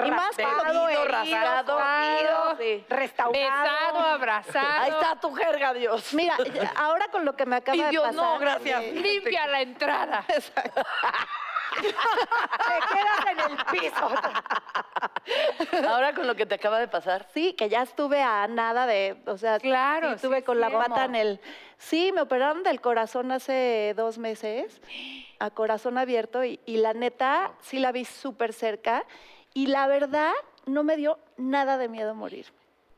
Y más cuando-
Raspado,
herido,
rasgado,
rasgado, restaurado.
Besado, abrazado.
Ahí está tu jerga, Dios.
Mira, ya- ahora con lo que me acaba
Y
de
Dios,
pasar...
no, gracias.
Limpia la entrada.
Te quedas en el piso.
Ahora con lo que te acaba de pasar.
Sí, que ya estuve a nada de, o sea,
Claro,
sí, estuve
sí,
con
sí.
la
¿Cómo?
pata en el. Sí, me operaron del corazón hace dos meses, a corazón abierto y, y la neta sí la vi súper cerca y la verdad no me dio nada de miedo morir,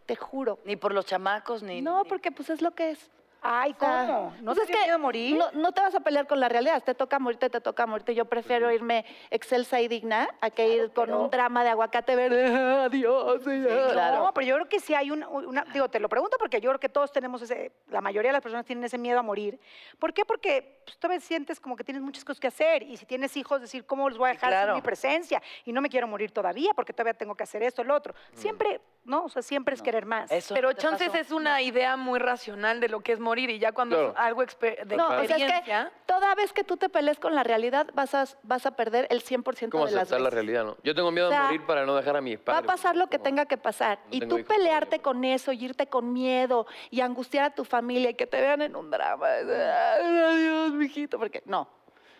te juro.
Ni por los chamacos, ni.
No,
ni-
porque pues es lo que es.
Ay,
O sea,
¿cómo? ¿No
pues
te
es
dio
que
miedo morir?
No, no te vas a pelear con la realidad. Te toca morirte, te toca morirte. Yo prefiero irme excelsa y digna a que ir con un drama de aguacate verde. Adiós.
Sí, claro.
No, pero yo creo que sí hay una, una- Digo, te lo pregunto porque yo creo que todos tenemos ese. La mayoría de las personas tienen ese miedo a morir. ¿Por qué? Porque pues, tú me sientes como que tienes muchas cosas que hacer. Y si tienes hijos, decir, ¿cómo los voy a
Sí,
dejar
claro.
sin mi presencia? Y no me quiero morir todavía porque todavía tengo que hacer esto, el otro. Siempre, ¿no? O sea, siempre es querer más.
Eso
Pero
Mm. no te
chances
pasó.
es una idea muy racional de lo que es morir y ya cuando
Claro.
es algo exper- de
No, o sea, es
experiencia.
que toda vez que tú te pelees con la realidad, vas a, vas a perder el 100%
¿Cómo
de las
aceptar
veces.
la realidad, no? Yo tengo miedo
O sea,
a morir para no dejar a mis
Va
padres.
a pasar lo que
¿no?
tenga que pasar.
No
y
tengo
tú
hijos
pelearte
todavía,
con eso, y irte con miedo, y angustiar a tu familia, y que te vean en un drama. Adiós, mijito, porque no.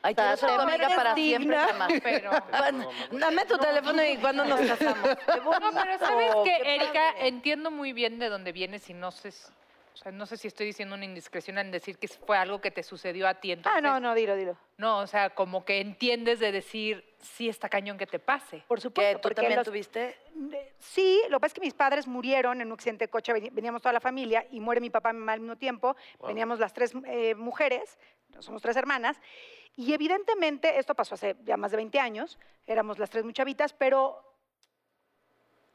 Ay,
O sea,
quiero ser tu
te
amiga
metes
para siempre,
digna.
chama.
Pero...
Cuando- dame tu teléfono y cuando nos casamos. Qué
No, pero
bonito,
sabes que,
qué
Erika, Eh,
padre.
entiendo muy bien de dónde vienes y no sé, s- o sea, no sé si estoy diciendo una indiscreción en decir que fue algo que te sucedió a ti.
Ah,
entonces,
no, no, dilo, dilo.
No, o sea, como que entiendes de decir, sí, está cañón que te pase.
Por
¿Que
supuesto,
tú
porque
también
los-
tuviste?
Eh, Sí, lo que pasa es que mis padres murieron en un accidente de coche, veni- veníamos toda la familia y muere mi papá y mi mamá al mismo tiempo, veníamos las tres eh, mujeres, somos tres hermanas, y evidentemente esto pasó hace ya más de 20 años, éramos las tres muy chavitas, pero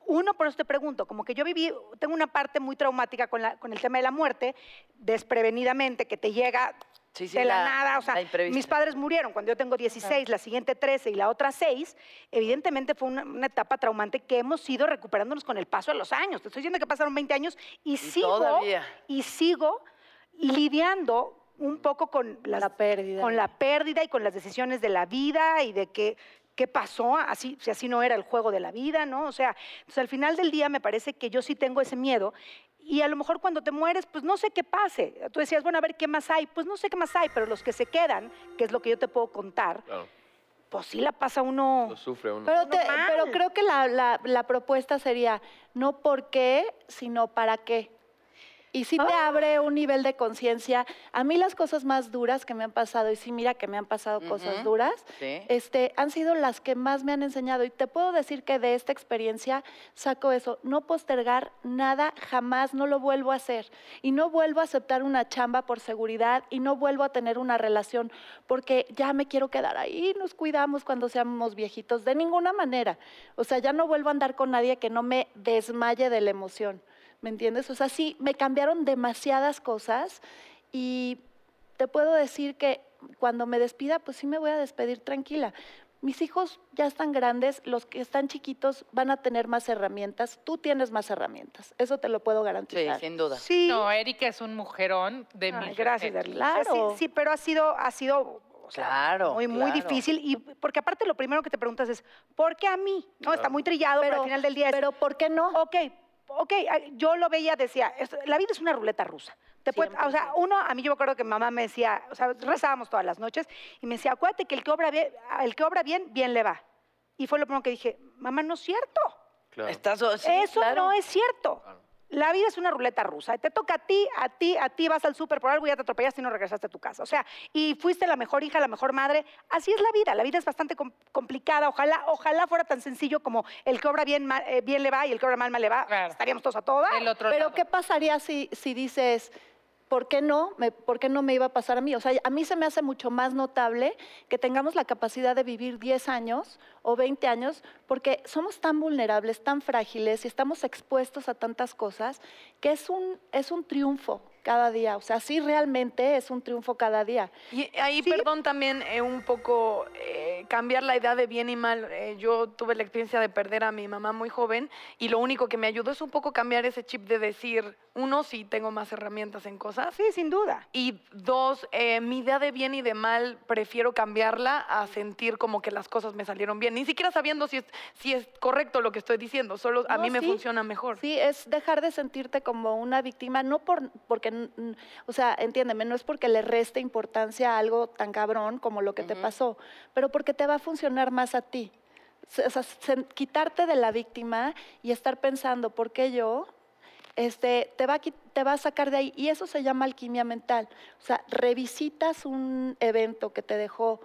uno, por eso te pregunto, como que yo viví, tengo una parte muy traumática con, la- con el tema de la muerte, desprevenidamente, que te llega
Sí, sí,
de
la-
la, nada. O sea,
la imprevista.
mis padres murieron cuando yo tengo 16, la siguiente 13 y la otra 6. Evidentemente fue una, una etapa traumante que hemos ido recuperándonos con el paso de los años. Te estoy diciendo que pasaron 20 años y, sigo
todavía.
y sigo lidiando un poco con las-
La pérdida.
con la pérdida y con las decisiones de la vida y de qué qué pasó, así, si así no era el juego de la vida, ¿no? O sea, entonces, al final del día me parece que yo sí tengo ese miedo y a lo mejor cuando te mueres, pues no sé qué pase. Tú decías, bueno, a ver qué más hay, pues no sé qué más hay, pero los que se quedan, que es lo que yo te puedo contar,
Claro,
pues sí la pasa uno.
lo sufre uno.
Pero, te-
mal.
pero creo que la, la- la propuesta sería no por qué, sino para qué. Y sí te abre un nivel de conciencia. A mí las cosas más duras que me han pasado, y sí mira que me han pasado cosas
Ujú.
duras,
Sí.
este, han sido las que más me han enseñado. Y te puedo decir que de esta experiencia saco eso, no postergar nada, jamás, no lo vuelvo a hacer. Y no vuelvo a aceptar una chamba por seguridad y no vuelvo a tener una relación porque ya me quiero quedar ahí, nos cuidamos cuando seamos viejitos, de ninguna manera. O sea, ya no vuelvo a andar con nadie que no me desmaye de la emoción. ¿Me entiendes? O sea, sí, me cambiaron demasiadas cosas y te puedo decir que cuando me despida, pues sí me voy a despedir tranquila. Mis hijos ya están grandes, los que están chiquitos van a tener más herramientas, tú tienes más herramientas, eso te lo puedo
Sí,
garantizar.
sin duda.
Sí.
No, Erika es un mujerón de
Ay,
mil
gracias,
respetos.
Darlene. O sea,
Claro.
Sí, sí, pero ha sido, ha sido o sea,
Claro,
muy, muy
claro.
difícil. Y porque aparte lo primero que te preguntas es, ¿por qué a mí? No, está muy trillado, pero, al final del día es,
pero ¿por qué no?
ok, ok, ah, yo lo veía, decía, "Esto- la vida es una ruleta rusa. Te puede- o sea, uno, a mí yo me acuerdo que mamá me decía, o sea, rezábamos todas las noches, y me decía, acuérdate que el que obra bien, el que obra bien, bien le va. Y fue lo primero que dije, mamá, no es cierto.
Claro.
Estás, sí,
Eso
claro.
no es cierto.
Claro.
La vida es una ruleta rusa. Te toca a ti, a ti, a ti, vas al súper por algo y ya te atropellaste y no regresaste a tu casa. O sea, y fuiste la mejor hija, la mejor madre. Así es la vida. La vida es bastante com- complicada. Ojalá, ojalá fuera tan sencillo como el que obra bien, mal- eh, bien le va y el que obra mal, mal le va.
Claro.
Estaríamos todos a todas.
Del otro
Pero
lado.
¿qué pasaría si, si dices, ¿por qué, no? Me- ¿por qué no me iba a pasar a mí? O sea, a mí se me hace mucho más notable que tengamos la capacidad de vivir 10 años o 20 años, porque somos tan vulnerables, tan frágiles y estamos expuestos a tantas cosas, que es un, es un triunfo cada día. O sea, sí realmente es un triunfo cada día.
Y ahí, perdón, también eh, un poco eh, cambiar la idea de bien y mal. Eh, yo tuve la experiencia de perder a mi mamá muy joven y lo único que me ayudó es un poco cambiar ese chip de decir, uno, sí tengo más herramientas en cosas.
Sí, sin duda.
Y dos, eh, mi idea de bien y de mal prefiero cambiarla a sentir como que las cosas me salieron bien. Ni siquiera sabiendo si es, si es correcto lo que estoy diciendo, solo a
No,
mí me
sí.
funciona mejor.
Sí, es dejar de sentirte como una víctima, no por, porque, mm, o sea, entiéndeme, no es porque le reste importancia a algo tan cabrón como lo que te pasó, pero porque te va a funcionar más a ti. Se- O sea, sen- quitarte de la víctima y estar pensando, ¿por qué yo? Este, te, va a, qui- te va a sacar de ahí. Y eso se llama alquimia mental. O sea, revisitas un evento que te dejó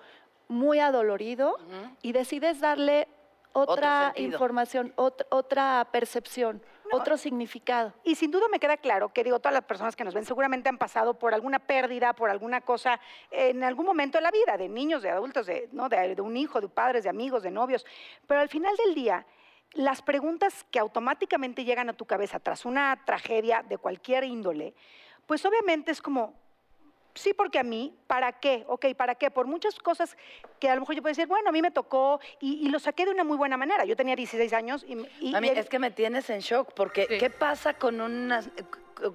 muy adolorido
Ujú.
y decides darle otra
sentido.
información, ot- otra percepción, otro significado.
Y sin duda me queda claro que, digo, todas las personas que nos ven seguramente han pasado por alguna pérdida, por alguna cosa en algún momento de la vida, de niños, de adultos, de, ¿no? de, de un hijo, de padres, de amigos, de novios. Pero al final del día, las preguntas que automáticamente llegan a tu cabeza tras una tragedia de cualquier índole, pues obviamente es como, sí, porque a mí, ¿para qué? Ok, ¿para qué? Por muchas cosas que a lo mejor yo puedo decir, bueno, a mí me tocó y, y lo saqué de una muy buena manera. Yo tenía 16 años y... y-
Mami,
y-
es que me tienes en shock porque
Sí.
¿qué pasa con unas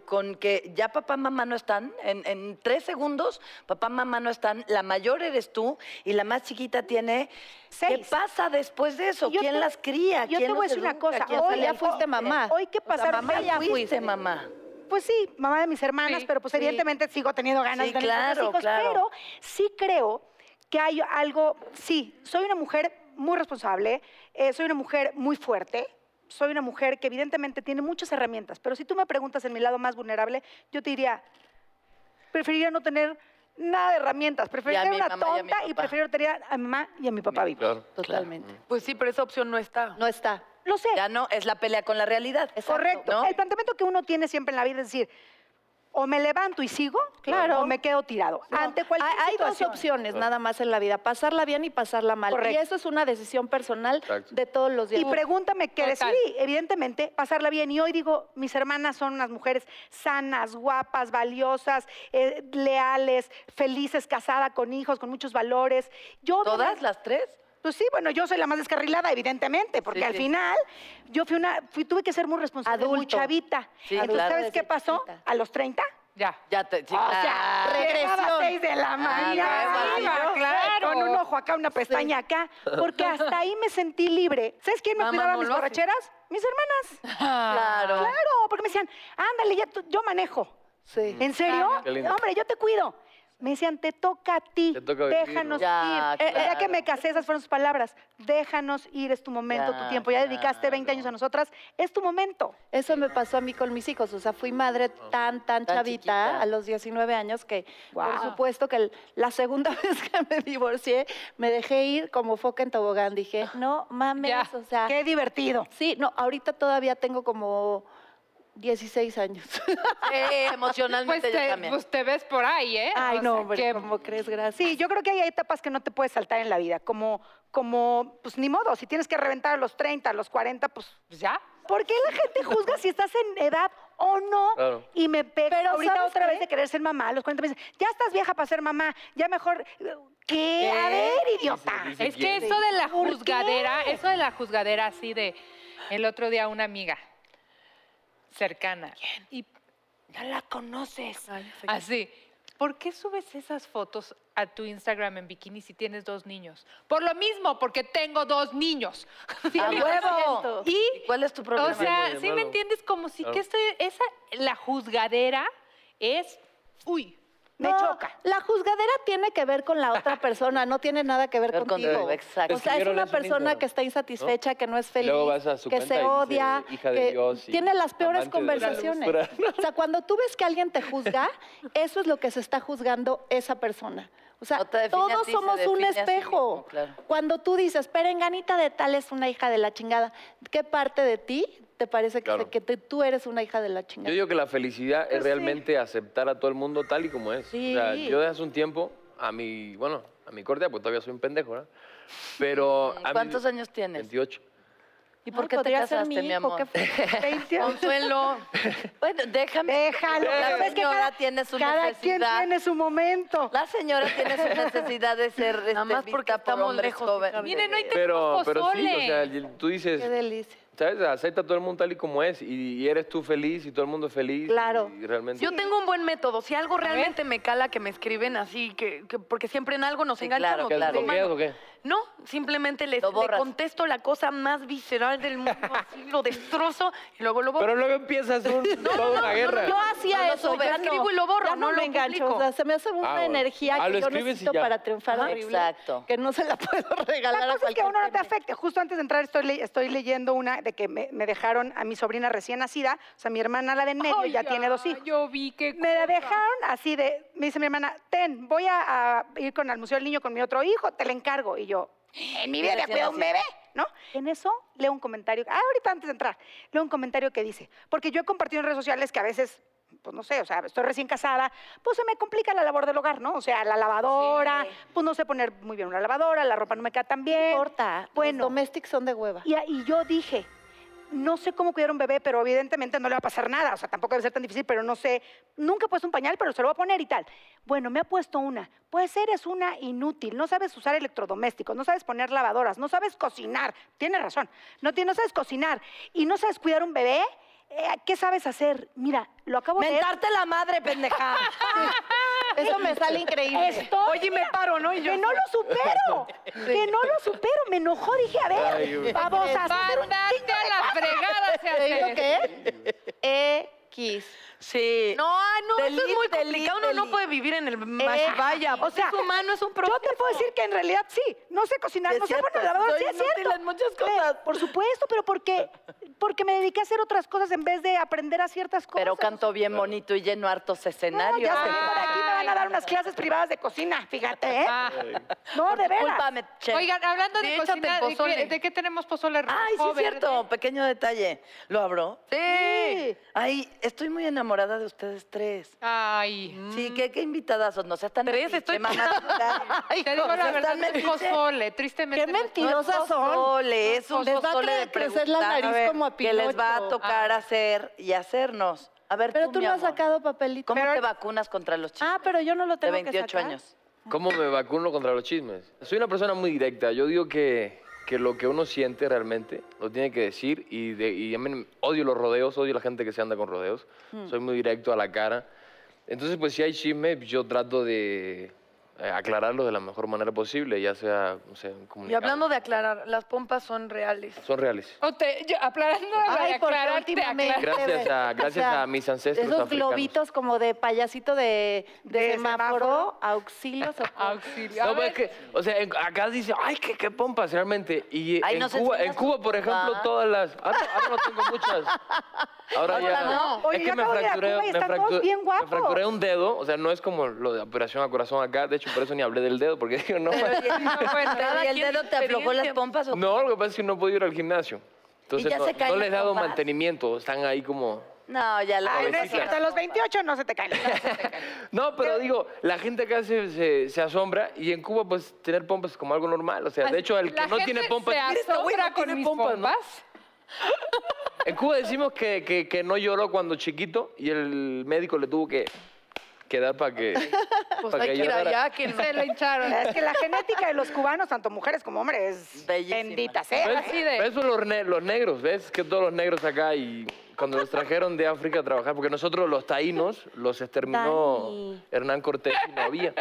con que ya papá mamá no están en, en tres segundos papá mamá no están la mayor eres tú y la más chiquita tiene qué
Seis.
pasa después de eso
Y yo
quién
te-
las cría
yo
¿Quién
te voy
los
a decir una
educa? Eh,
cosa,
¿Quién
hoy
se
ya
las-
fuiste mamá.
Hoy que
O sea,
pasaron
mamá
seis
ya
juicios.
fuiste mamá
Pues sí, mamá de mis hermanas,
Sí,
pero pues
sí.
evidentemente sigo teniendo ganas
Sí,
de tener otros
claro,
hijos.
claro.
Pero sí creo que hay algo, sí, soy una mujer muy responsable, eh, soy una mujer muy fuerte, soy una mujer que evidentemente tiene muchas herramientas, pero si tú me preguntas en mi lado más vulnerable, yo te diría, preferiría no tener nada de herramientas, preferiría
mi
ser una
mamá y a mi
tonta y,
papá.
prefiero tener a mi mamá y a mi papá vivos.
Claro,
Totalmente.
Pues sí, pero esa opción no está.
No está.
Lo sé,
ya no es la pelea con la realidad
Exacto.
Correcto.
¿no?
El planteamiento que uno tiene siempre en la vida es decir, o me levanto y sigo,
Claro.
o me quedo tirado. Ante cualquier
Hay, hay dos
situación.
opciones nada más en la vida, pasarla bien y pasarla mal.
Correcto.
Y eso es una decisión personal
Exacto.
de todos los días.
Y pregúntame qué
Total.
decidí. Evidentemente, pasarla bien. Y hoy digo, mis hermanas son unas mujeres sanas, guapas, valiosas, eh, leales, felices, casada con hijos, con muchos valores. Yo,
todas las tres
Pues sí, bueno, yo soy la más descarrilada, evidentemente, porque
Sí,
al
sí.
final yo fui una, fui, tuve que ser muy responsable, muy
Adulto.
chavita.
Sí,
Entonces,
claro.
¿sabes
Desde
qué pasó?
chiquita.
A los 30,
Ya.
ya te sí, ah.
O sea,
Ah,
claro.
llegaba a seis de la
huevo, así,
mañana.
¿no?
Claro.
Con un ojo acá, una pestaña acá. Porque hasta ahí me sentí libre. ¿Sabes quién me
Mamá
cuidaba
no
mis
lo hace.
borracheras? Mis hermanas.
claro
Claro, porque me decían, ándale, ya tú- yo manejo.
Sí.
¿En serio?
Qué lindo.
Hombre, yo te cuido. Me decían, te toca a ti,
Te toca vivirlo.
déjanos
Ya,
ir. Eh, El día que
claro.
me casé, esas fueron sus palabras. Déjanos ir, es tu momento,
Ya,
tu tiempo. Ya dedicaste 20
claro.
años a nosotras, es tu momento.
Eso me pasó a mí con mis hijos. O sea, fui madre
Ah.
tan, tan,
Tan
chavita
chiquita.
a los 19 años que, por
Guau.
supuesto, que el- la segunda vez que me divorcié, me dejé ir como foca en tobogán. Dije, no mames,
Ya.
o sea.
Qué divertido.
Sí, no, ahorita todavía tengo como 16 años.
Eh,
Pues
emocionalmente yo
te,
también.
pues te ves por ahí, ¿eh?
Ay,
O
no,
sea,
hombre,
que-
¿cómo crees? Gracias.
Sí, yo creo que hay etapas que no te puedes saltar en la vida, como, como, pues ni modo, si tienes que reventar a los 30, a los 40, pues...
pues ya.
¿Por qué la gente juzga si estás en edad o no?
Claro.
Y me pega
Pero,
ahorita
¿sabes
otra
qué?
vez de querer ser mamá, a los 40 me dicen, ya estás vieja para ser mamá, ya mejor... ¿Qué? A
¿Qué?
ver, idiota.
dice-
Es que
quién.
eso de la
¿Por qué?
juzgadera, eso de la juzgadera así de el otro día una amiga cercana. Y ya la conoces. Así. ¿Por qué subes esas fotos a tu Instagram en bikini si tienes dos niños? Por lo mismo, porque tengo dos niños. Sí,
Ah,
¡A
amiga.
huevo!
Y
¿Cuál es tu problema?
o sea,
Entiendo,
¿sí
claro.
me entiendes? Como si
Claro.
que estoy, esa, la juzgadera es, uy,
Me
No,
choca.
La juzgadera tiene que ver con la otra persona, no tiene nada que ver
Ver
contigo.
contigo, exacto.
O sea, es
Escribieron
una
eso en
persona
Instagram,
que está insatisfecha, que no es feliz,
Luego vas a su
que
cuenta
se
y dice,
odia,
"Hija de
que
Dios", y
tiene las peores
amante de la
conversaciones.
locura.
O sea, cuando tú ves que alguien te juzga, eso es lo que se está juzgando esa persona. O sea,
No te define a
todos
ti, se
somos un
define a sí
espejo.
mismo, claro.
Cuando tú dices, perenganita de tal es una hija de la chingada, ¿qué parte de ti te parece que,
Claro.
que te- tú eres una hija de la chingada?
Yo digo que la felicidad es
Pues sí.
realmente aceptar a todo el mundo tal y como es. O sea,
Sí.
yo desde hace un tiempo, a mi, bueno, a mi corte, pues todavía soy un pendejo, ¿no? Pero. a mi-
¿Cuántos años tienes?
28.
¿Y
Ay,
por qué te
podría ser
casaste,
mi
mi,
hijo,
amor?
qué fuerte.
20 años.
Consuelo. Bueno, déjame.
Déjalo.
La
¿Sabes que
señora
cada-
tiene su
Cada quien
necesidad.
tiene su momento.
La señora tiene su necesidad de ser Nada
más porque
por
estamos
hombres
lejos,
jóvenes.
hija de-
Miren, no hay
Pero,
Tenemos
pero sí, o
pozole.
sea, y tú dices,
Qué delicia.
¿sabes? Acepta a todo el mundo tal y como es. Y, y eres tú feliz y todo el mundo es feliz.
Claro.
Y realmente.
Yo tengo un buen método. Si algo
ver.
realmente me cala que me escriben así, que, que- porque siempre en algo nos
Sí,
enganchamos.
¿Qué,
claro,
los
claro.
bloqueas
humanos.
o qué?
No, simplemente les,
Lo
le
borras.
contesto la cosa más visceral del mundo, así lo destrozo y luego lo borro.
Pero luego empiezas un, toda una guerra.
Yo hacía
No lo
eso,
subes.
ya
Lo escribo
no,
y lo borro,
ya
no
no,
lo
me engancho.
publico.
O sea, se me hace una
Ah, bueno.
energía
Ah, lo
que yo
escribes y
necesito
ya.
para triunfar
Ajá,
horrible,
exacto.
que no se la puedo regalar
La
a
cosa es que
cualquier
a uno no te
pendejo.
afecte. Justo antes de entrar estoy, le- estoy leyendo una de que me, me dejaron a mi sobrina recién nacida, o sea, mi hermana la de en medio
Ay,
ya, tiene dos hijos.
Yo vi que.
Me la dejaron así de, me dice mi hermana, ten, voy a, a ir con al Museo del Niño con mi otro hijo, te la encargo. Y yo, en mi vida me
Recién
cuida un
nacido.
bebé, ¿no? En eso leo un comentario, ah, ahorita antes de entrar, leo un comentario que dice, porque yo he compartido en redes sociales que a veces, pues no sé, o sea, estoy recién casada, pues se me complica la labor del hogar, ¿no? O sea, la lavadora, pues no sé poner muy bien una lavadora, la ropa no me queda tan
No
bien.
importa,
Bueno.
los domestics son de hueva.
Y, a- y yo dije, no sé cómo cuidar un bebé, pero evidentemente no le va a pasar nada. O sea, tampoco debe ser tan difícil, pero no sé. Nunca he puesto un pañal, pero se lo voy a poner y tal. Bueno, me ha puesto una. Pues eres una inútil. No sabes usar electrodomésticos, no sabes poner lavadoras, no sabes cocinar. Tienes razón. No, ti- no sabes cocinar y no sabes cuidar un bebé. Eh, ¿Qué sabes hacer? Mira, lo acabo de leer.
Mentarte la madre, pendeja.
Eso me sale increíble.
Estoy-
Oye, me paro, ¿no? Y yo,
Que no lo supero, que no lo supero. Me enojó, dije, a
Ay, güey.
ver, babosas. hacer un
Mándate a la fregada, se
¿Te digo
hace.
qué? X.
Sí.
no, ay, no, eso
Delete,
es muy
delete,
complicado. Uno no
delete.
puede vivir en el más vaya. O sea, es humano, es un problema.
eh, Yo te puedo decir que en realidad sí, no sé cocinar,
Es
no sé
cierto,
poner lavadora,
soy
sí es
inútil
cierto.
en muchas
Pero,
cosas.
por supuesto, pero porque, porque me dediqué a hacer otras cosas en vez de aprender a ciertas cosas.
Pero canto bien bonito y lleno hartos
No,
escenarios. Ah.
ya sé, por aquí me van a dar unas clases privadas de cocina, fíjate, ¿eh? No, de veras.
Discúlpame, chef.
Oigan, hablando de,
De hecho,
cocina,
te
¿de qué,
pozole.
de qué tenemos pozole
Ay, sí es
joven?
cierto. Pequeño detalle. ¿Lo abro?
Sí.
Ay, estoy muy enamorada de ustedes tres.
Ay.
Sí, qué, qué invitadas son. No seas tan
Tres,
metiche,
estoy-
mamacita.
Te digo
no
la
seas
verdad,
tan
no es
metiche.
pozole, tristemente.
Qué
no es
mentira.
No es
Mentirosas son.
pozole, es un
Les va a
pozole de
cre- crecer la
preguntar.
nariz
A ver,
como a
Que les va a
Pinocho.
tocar hacer y hacernos. A ver,
Pero
tú,
tú
mi
no has
amor,
sacado papelito.
¿Cómo
Pero-
te vacunas contra los chicos
Ah, pero yo no lo
de
tengo que
28
sacar.
años?
¿Cómo me vacuno contra los chismes? Soy una persona muy directa. Yo digo que, que lo que uno siente realmente lo tiene que decir y, de- y a mí odio los rodeos, odio la gente que se anda con
Hmm.
rodeos. Soy muy directo a la cara. Entonces, pues si hay chisme, yo trato de, eh, aclararlo de la mejor manera posible, ya sea, no sé,
Y
comunicado.
hablando de aclarar, las pompas son reales.
Son reales.
O te, yo, aclarando,
Ay, porque
aclararte,
últimamente,
aclararte.
Gracias a-
o
gracias a mis ancestros
Esos
africanos.
globitos como de payasito de, de
De
semáforo, auxilio, socorro.
Auxilio.
Ah, No,
A
pero es
ver,
que, o sea, en- acá dice, ay, qué, qué pompas, realmente. Y eh,
Ay,
en,
nos
Cuba, en
enseñas
Cuba,
tu
por ejemplo,
pompa.
todas las. Ahora, ahora no tengo muchas. Ahora
Ahora
ya.
no.
Oye, yo acabo de ir a Cuba y están todos bien guapos.
me fracturé un dedo, o sea, no es como lo de operación a corazón acá. De hecho, por eso ni hablé del dedo, porque digo, no.
¿Y el dedo te aflojó las pompas o
No, lo que pasa es que no he podido ir al gimnasio. Entonces,
ya
no,
se caen
no
las
les he dado
pompas?
mantenimiento, están ahí como.
No, ya la
Ay, no es
Pobrecita.
cierto, a los 28 no se te caen.
No, pero digo, la gente acá se, se- se asombra y en Cuba, pues, tener pompas es como algo normal. O sea, de hecho, el que
la
no
gente
tiene pompas.
se este
"Mira, esta güey no
asombra con
tiene
mis
pompas", ¿no?
pompas.
En Cuba decimos que, que- que no lloró cuando chiquito y el médico le tuvo que, que dar para que,
Pues
pa'
hay que ir allá, que no.
Se le hincharon.
Es que la genética de los cubanos, tanto mujeres como hombres, es
Bellísima.
bendita sea.
¿Ves?
¿eh?
Así de-
¿Ves los, ne- los negros? ¿Ves que todos los negros acá y cuando los trajeron de África a trabajar? Porque nosotros los taínos los exterminó
Dani.
Hernán Cortés y no había.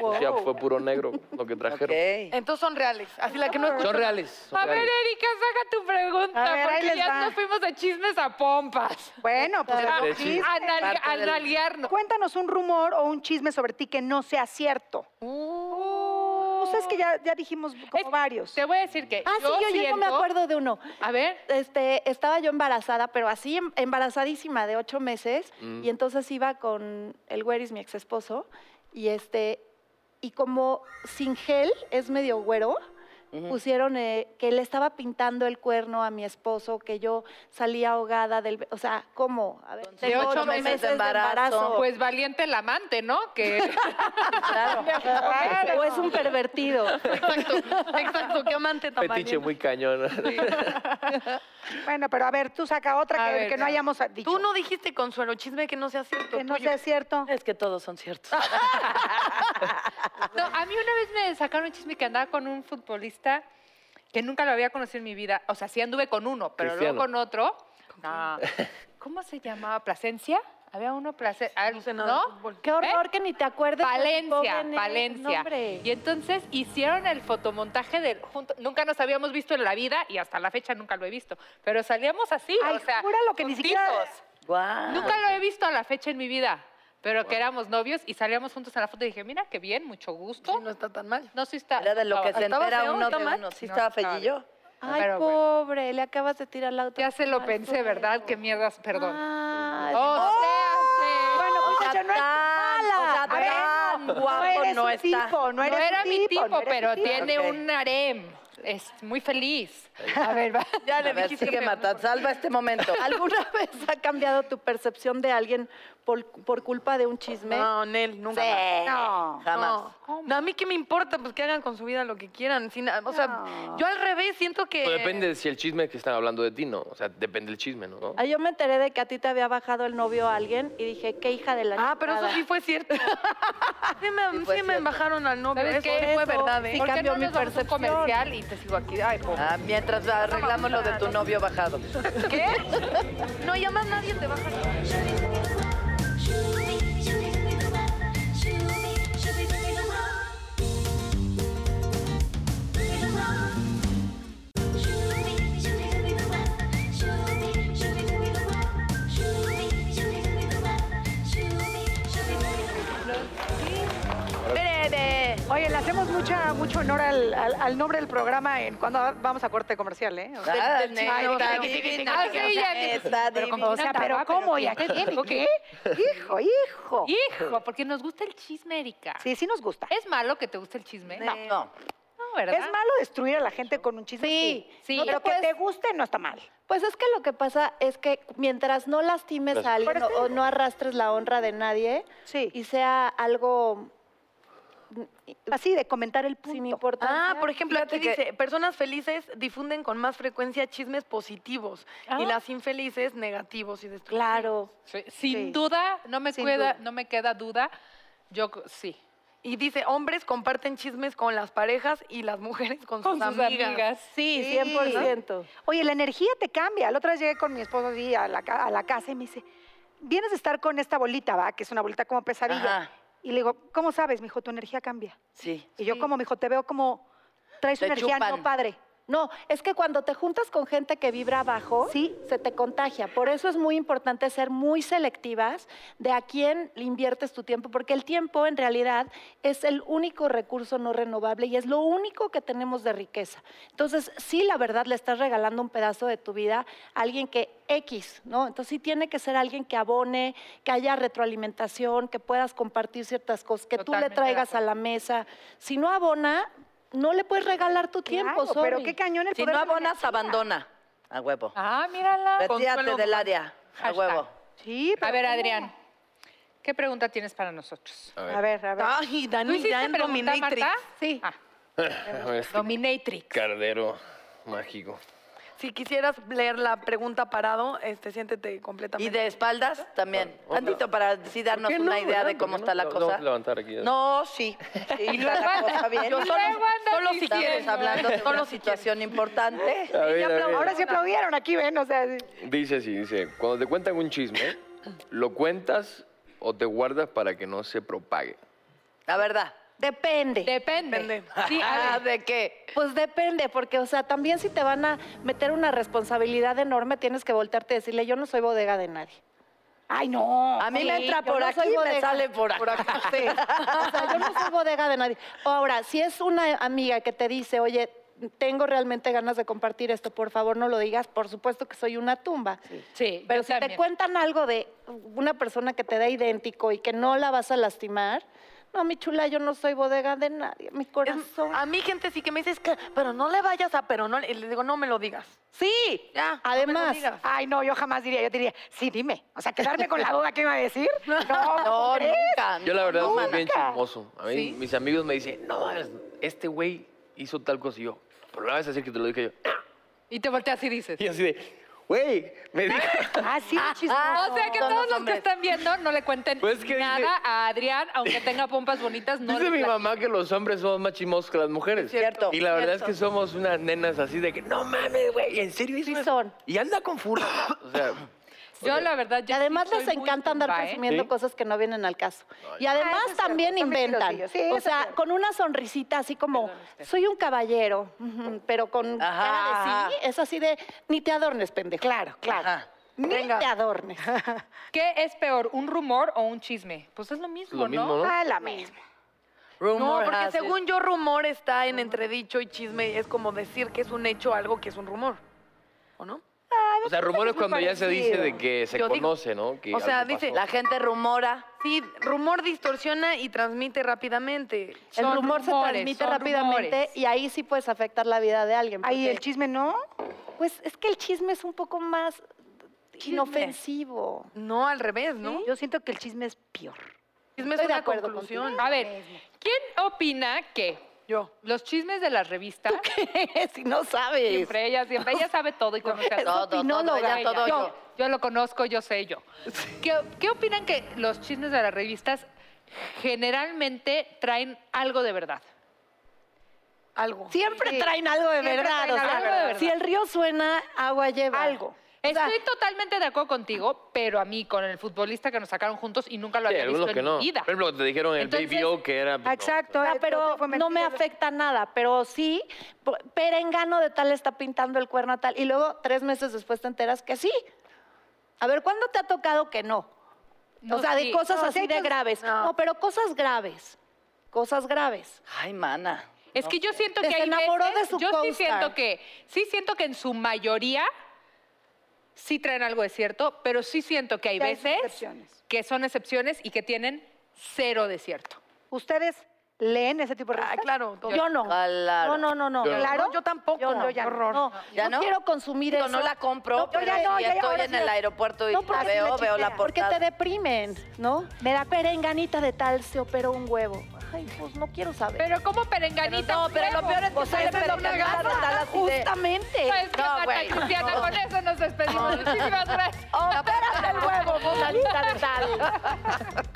O sea, fue puro negro lo que trajeron.
Ok.
Entonces son reales. Así la que no
Son
escucha-
reales. son
A ver,
reales.
Erika, saca tu pregunta,
A ver, ahí
porque
les
ya
va.
nos fuimos de chismes a pompas.
Bueno, pues
Claro.
los
Sí.
chismes.
A nalgue-
parte
a
del-
nalguearnos.
Cuéntanos un rumor o un chisme sobre ti que no sea cierto. Pues es que ya, ya dijimos como
Es-
varios.
Te voy a decir que
Ah, sí, yo, yo no me
siento-
acuerdo de uno.
A ver.
Este, estaba yo embarazada, pero así em- embarazadísima de ocho meses,
eh,
Mm.
y entonces iba con el güeris, mi ex esposo, y este, y como sin gel es medio güero, pusieron eh, que le estaba pintando el cuerno a mi esposo, que yo salía ahogada del, be- o sea, ¿cómo? A ver,
De ocho meses de
embarazo.
Pues valiente el amante, ¿no? Que...
Pues, o es un pervertido.
Exacto, exacto. Qué amante tan
Fetiche
valiente.
muy cañón.
Bueno, pero a ver, tú saca otra
A
que,
ver,
que no
ya.
hayamos dicho.
Tú no dijiste, Consuelo, chisme que no sea cierto.
que no
tuyo.
sea cierto.
Es que todos son ciertos.
No, a mí una vez me sacaron un chisme que andaba con un futbolista que nunca lo había conocido en mi vida. O sea, sí anduve con uno, pero
Cristiano.
luego con otro. No. ¿Cómo se llamaba? ¿Plasencia? Había uno Plasencia.
No sé nada de
¿No? ¿Eh?
fútbol.
Qué horror que ni te acuerdes. del
Valencia,
joven, eh,
Valencia.
nombre.
y entonces hicieron el fotomontaje del junto. Nunca nos habíamos visto en la vida y hasta la fecha nunca lo he visto. Pero salíamos así,
Ay,
o sea,
júralo que ni siquiera-
juntitos.
Guau.
Nunca lo he visto a la fecha en mi vida, pero que éramos novios y salíamos juntos en la foto y dije, mira, qué bien, mucho gusto.
Sí, no está tan mal.
No, sí está.
Era de lo
no
que se
estaba-
entera
feo,
uno de
estaba mal.
uno. Sí
No,
estaba
estaba
fellillo.
Ay,
Pero bueno.
pobre, le acabas de tirar la auto.
Ya se lo pensé, ¿verdad? Qué mierdas, perdón.
Ah,
Oh,
Ay,
O sea,
Bueno,
O
muchacha,
sea,
no es tu
tan-
mala.
o sea,
A ver,
tan
no, no
guapo
eres
no
un
está.
tipo, no
se- no
eres
era
un
mi
tipo,
tipo,
no eres
pero
un tipo.
tiene
Ok.
un harem. Es muy feliz. A ver, va.
Ya
le
le ver,
dijiste
sigue
que-
matando. Salva este momento.
¿Alguna vez ha cambiado tu percepción de alguien por, por culpa de un chisme?
No, Nel, nunca.
Sí.
No.
Jamás.
No. No, a mí qué me importa, pues que hagan con su vida lo que quieran. sin- o sea,
No.
yo al revés siento que.
Pues depende de si el chisme es que están hablando de ti, ¿no? O sea, depende del chisme, ¿no?
Ah, yo me enteré de que a ti te había bajado el novio a alguien y dije, qué hija de la
Ah, pero eso
chingada.
sí fue cierto. sí me,
Sí fue
sí me
cierto.
bajaron al novio.
¿Sabes
Eso
qué?
sí fue verdad, ¿eh?
¿Por qué
cambió
no
mi
nos vamos a un
percepción.
comercial y te sigo aquí? Ay, pobre.
Ah, mientras arreglamos lo de tu novio bajado.
¿Qué? No, y además nadie te baja.
Oye, le hacemos mucha, mucho honor al, al- al nombre del programa en cuando vamos a corte comercial, ¿eh? O sea,
Ah,
del
nena,
chino.
está
Ah, sí,
divina.
ya dije.
Está
Pero con
divina.
o sea, pero ¿cómo? ¿Y a qué tiene? ¿Qué? Hijo, hijo.
Hijo, porque nos gusta el chisme, Erika.
Sí, sí nos gusta.
¿Es malo que te guste el chisme?
No, no.
No, ¿verdad?
Es malo destruir a la gente con un chisme.
Sí,
sí.
No, pero que
Pues-
te guste no está mal.
Pues es que lo que pasa es que mientras no lastimes a alguien
Pero es
o, o no arrastres la honra de nadie
Sí.
y sea algo
Así, de comentar el punto.
sin importancia.
Ah, por ejemplo,
Fíjate
aquí
que-
dice, personas felices difunden con más frecuencia chismes positivos
Ah.
y las infelices negativos y destructivos.
Claro.
Sí, Sin
Sí.
duda, no me,
Sin
queda,
duda.
no me queda duda. Yo c- sí.
Y dice, hombres comparten chismes con las parejas y las mujeres con,
Con sus amigas.
Sí,
Sí.
100%.
Oye, la energía te cambia. La otra vez llegué con mi esposo así a la, ca- a la casa y me dice, vienes de estar con esta bolita, ¿va? Que es una bolita como pesadilla.
Ajá.
Y le digo, ¿cómo sabes? Me dijo, tu energía cambia.
Sí.
Y yo como, me dijo, te veo como, traes
Te
energía
chupan.
no padre.
No, es que cuando te juntas con gente que vibra abajo,
Sí.
se te contagia. Por eso es muy importante ser muy selectivas de a quién le inviertes tu tiempo, porque el tiempo en realidad es el único recurso no renovable y es lo único que tenemos de riqueza. Entonces, sí, la verdad, le estás regalando un pedazo de tu vida a alguien que X, ¿no? Entonces sí tiene que ser alguien que abone, que haya retroalimentación, que puedas compartir ciertas cosas, que tú
Totalmente
le
de
traigas a
acuerdo.
la mesa. Si no abona, no le puedes regalar tu tiempo,
Claro, pero
sorry.
qué cañón el
Si
poder
no
de la
abonas,
energía.
abandona. A huevo.
Ah, mírala.
Retírate
Consuelo.
del área. A
Hashtag.
huevo.
Sí, pero
A ver,
¿cómo?
Adrián, ¿qué pregunta tienes para nosotros?
A
A ver, a ver. Ah,
Ay,
¿Tú
Dani,
hiciste
ya en
pregunta,
Dominatrix.
Marta?
Sí.
Ah,
A ver, este
Dominatrix.
cardero mágico.
Si quisieras leer la pregunta parado, este, siéntete
Y
completamente.
de espaldas también.
Ah, otra.
Tantito para sí darnos
qué no,
una idea
verdad?
de cómo
¿Por qué
está
no?
la
Lo- lo
cosa.
voy a levantar aquí, ya.
No, sí. sí, está la cosa bien.
Yo solo- solo si
Estamos
quieren.
hablando de una situación importante.
A ver, a ver.
Ahora sí aplaudieron aquí, ven, o sea, sí.
Dice así, dice, cuando te cuentan un chisme, ¿lo cuentas o te guardas para que no se propague?
La verdad.
Depende.
Depende. Sí, a
Ah,
ver.
¿De qué?
pues depende, porque, o sea, también si te van a meter una responsabilidad enorme, tienes que voltearte y decirle, yo no soy bodega de nadie.
Ay, no.
A mí
Sí,
me entra
yo
por
no
aquí
soy
y me
bodega.
sale por acá.
O sea, yo no soy bodega de nadie. Ahora, si es una amiga que te dice, oye, tengo realmente ganas de compartir esto, por favor no lo digas, por supuesto que soy una tumba.
Sí,
Pero
yo
si te
también.
cuentan algo de una persona que te da idéntico y que no la vas a lastimar, no, mi chula, yo no soy bodega de nadie, mi
Es-
corazón.
a mí gente sí que me dice, es que, pero no le vayas a, pero no, le y le digo, no me lo digas.
Sí,
Ya, no me lo
además,
digas.
Ay, no, yo jamás diría, yo diría, sí, dime. O sea, quedarme con la duda que iba a decir. No, ¿cómo
No,
crees?
nunca.
Yo la verdad soy bien
Nunca.
chismoso. A mí mis amigos me dicen, no, es- este güey hizo tal cosa y yo, pero la vas a decir que te lo dije yo.
Y te volteas y dices.
Y así de, güey, me dijo...
Ah, sí,
Ah,
O sea que
son los
todos los que
hombres.
están viendo no le cuenten
Pues que
nada
dice-
a Adrián, aunque tenga pompas bonitas, no
Pues Dice
le
mi
pla-
mamá que los hombres somos más chismosos que las mujeres.
Cierto,
Y la verdad
cierto.
es que somos unas nenas así de que, no mames, güey, en serio eso
Sí
es-"
son.
Y anda con fulano. O sea, pues
Yo la verdad
Y
yo
además
sí
les
soy muy
encanta andar
tumba, ¿eh?
presumiendo
Sí.
cosas que no vienen al caso. Y además
eso es cierto,
también
Ah, son
inventan.
mentirosillos. Sí, eso
o
es
sea,
cierto.
con una sonrisita así como, soy un caballero, ujú, pero con
Ajá,
cara
ajá.
de sí, es así de, ni te adornes, pendejo. Claro, claro.
Ajá.
Ni te adornes.
¿Qué es peor, un rumor o un chisme? Pues es lo mismo,
lo mismo,
¿no?
¿no?
Ah, la misma.
No,
Rumor ah,
porque
has it.
según yo, rumor está en entredicho y chisme es como decir que es un hecho algo que es un rumor. ¿O no?
O sea, rumor es cuando ya se dice de que se
Yo digo-
conoce, ¿no? Que
o sea,
algo
dice,
pasó.
La gente rumora.
Sí, rumor distorsiona y transmite rápidamente.
El
Son
rumor se
rumores,
transmite
son
rápidamente
rumores.
y ahí sí puedes afectar la vida de alguien.
Ay,
porque,
el chisme no.
Pues es que el chisme es un poco más inofensivo.
No, al revés, ¿no?
Yo siento que el chisme es peor.
Chisme es
Estoy de
una
acuerdo
conclusión.
A ver, ¿quién opina que
Yo.
los chismes de las revistas?
si no sabes.
Siempre ella, siempre ella sabe todo y conoce a
Todo, todo,
Ella,
ella, todo
yo,
yo.
yo lo conozco, yo sé yo. ¿Qué, qué opinan que los chismes de las revistas generalmente traen algo de verdad?
Algo.
Siempre traen algo de
Siempre
verdad.
traen
o sea,
algo de verdad.
Si el río suena, agua lleva. Algo.
Estoy totalmente de acuerdo contigo, pero a mí con el futbolista que nos sacaron juntos y nunca lo
Sí,
había visto
algunos
en
que no.
mi vida.
Por ejemplo, te dijeron el
Entonces-
BBO que era... pues, no.
Exacto. eh,
Ah, pero
todo fue
no me
mentira.
afecta nada, pero sí, po- perengano de tal está pintando el cuerno a tal, y luego tres meses después te enteras que sí. A ver, ¿cuándo te ha tocado que no?
No,
o sea,
sí.
de cosas
No, sí
así
hay
de
cosas-
graves.
no.
No. pero cosas graves. Cosas graves.
Ay, mana.
Es que yo siento que
Se
hay
enamoró de
veces-
su
yo sí
co-star.
siento que sí siento que en su mayoría sí traen algo de cierto, pero sí siento que hay
Sí hay sus
veces
excepciones.
que son excepciones y que tienen cero de cierto.
¿Ustedes leen ese tipo de
Ah,
revistas?
claro. todo.
Yo no.
Claro.
No, no, no, no.
Yo no.
No, yo tampoco.
Yo no,
qué horror.
No,
¿Ya
yo
no?
quiero consumir
Digo,
eso.
no la compro,
No, yo
pero
ya no,
si
ya- ya
estoy
ahora
en
sí
el
la-
aeropuerto y
No,
la
porque
veo,
me
veo
chistea,
la
Porque
portada.
te deprimen, ¿no? Me da perenganita de tal, se operó un huevo. Ay, pues no quiero saber.
Pero como perenganita.
No, pero lo
huevo.
peor es que
O sea,
sale
eso es lo
perenganita
más-
de tal así de-
Justamente.
¿Sabes qué,
No,
Marta
güey,
Cristiana?
no.
Con eso nos despedimos. Muchísimas gracias.
Opérate el huevo,
Fulanita de tal.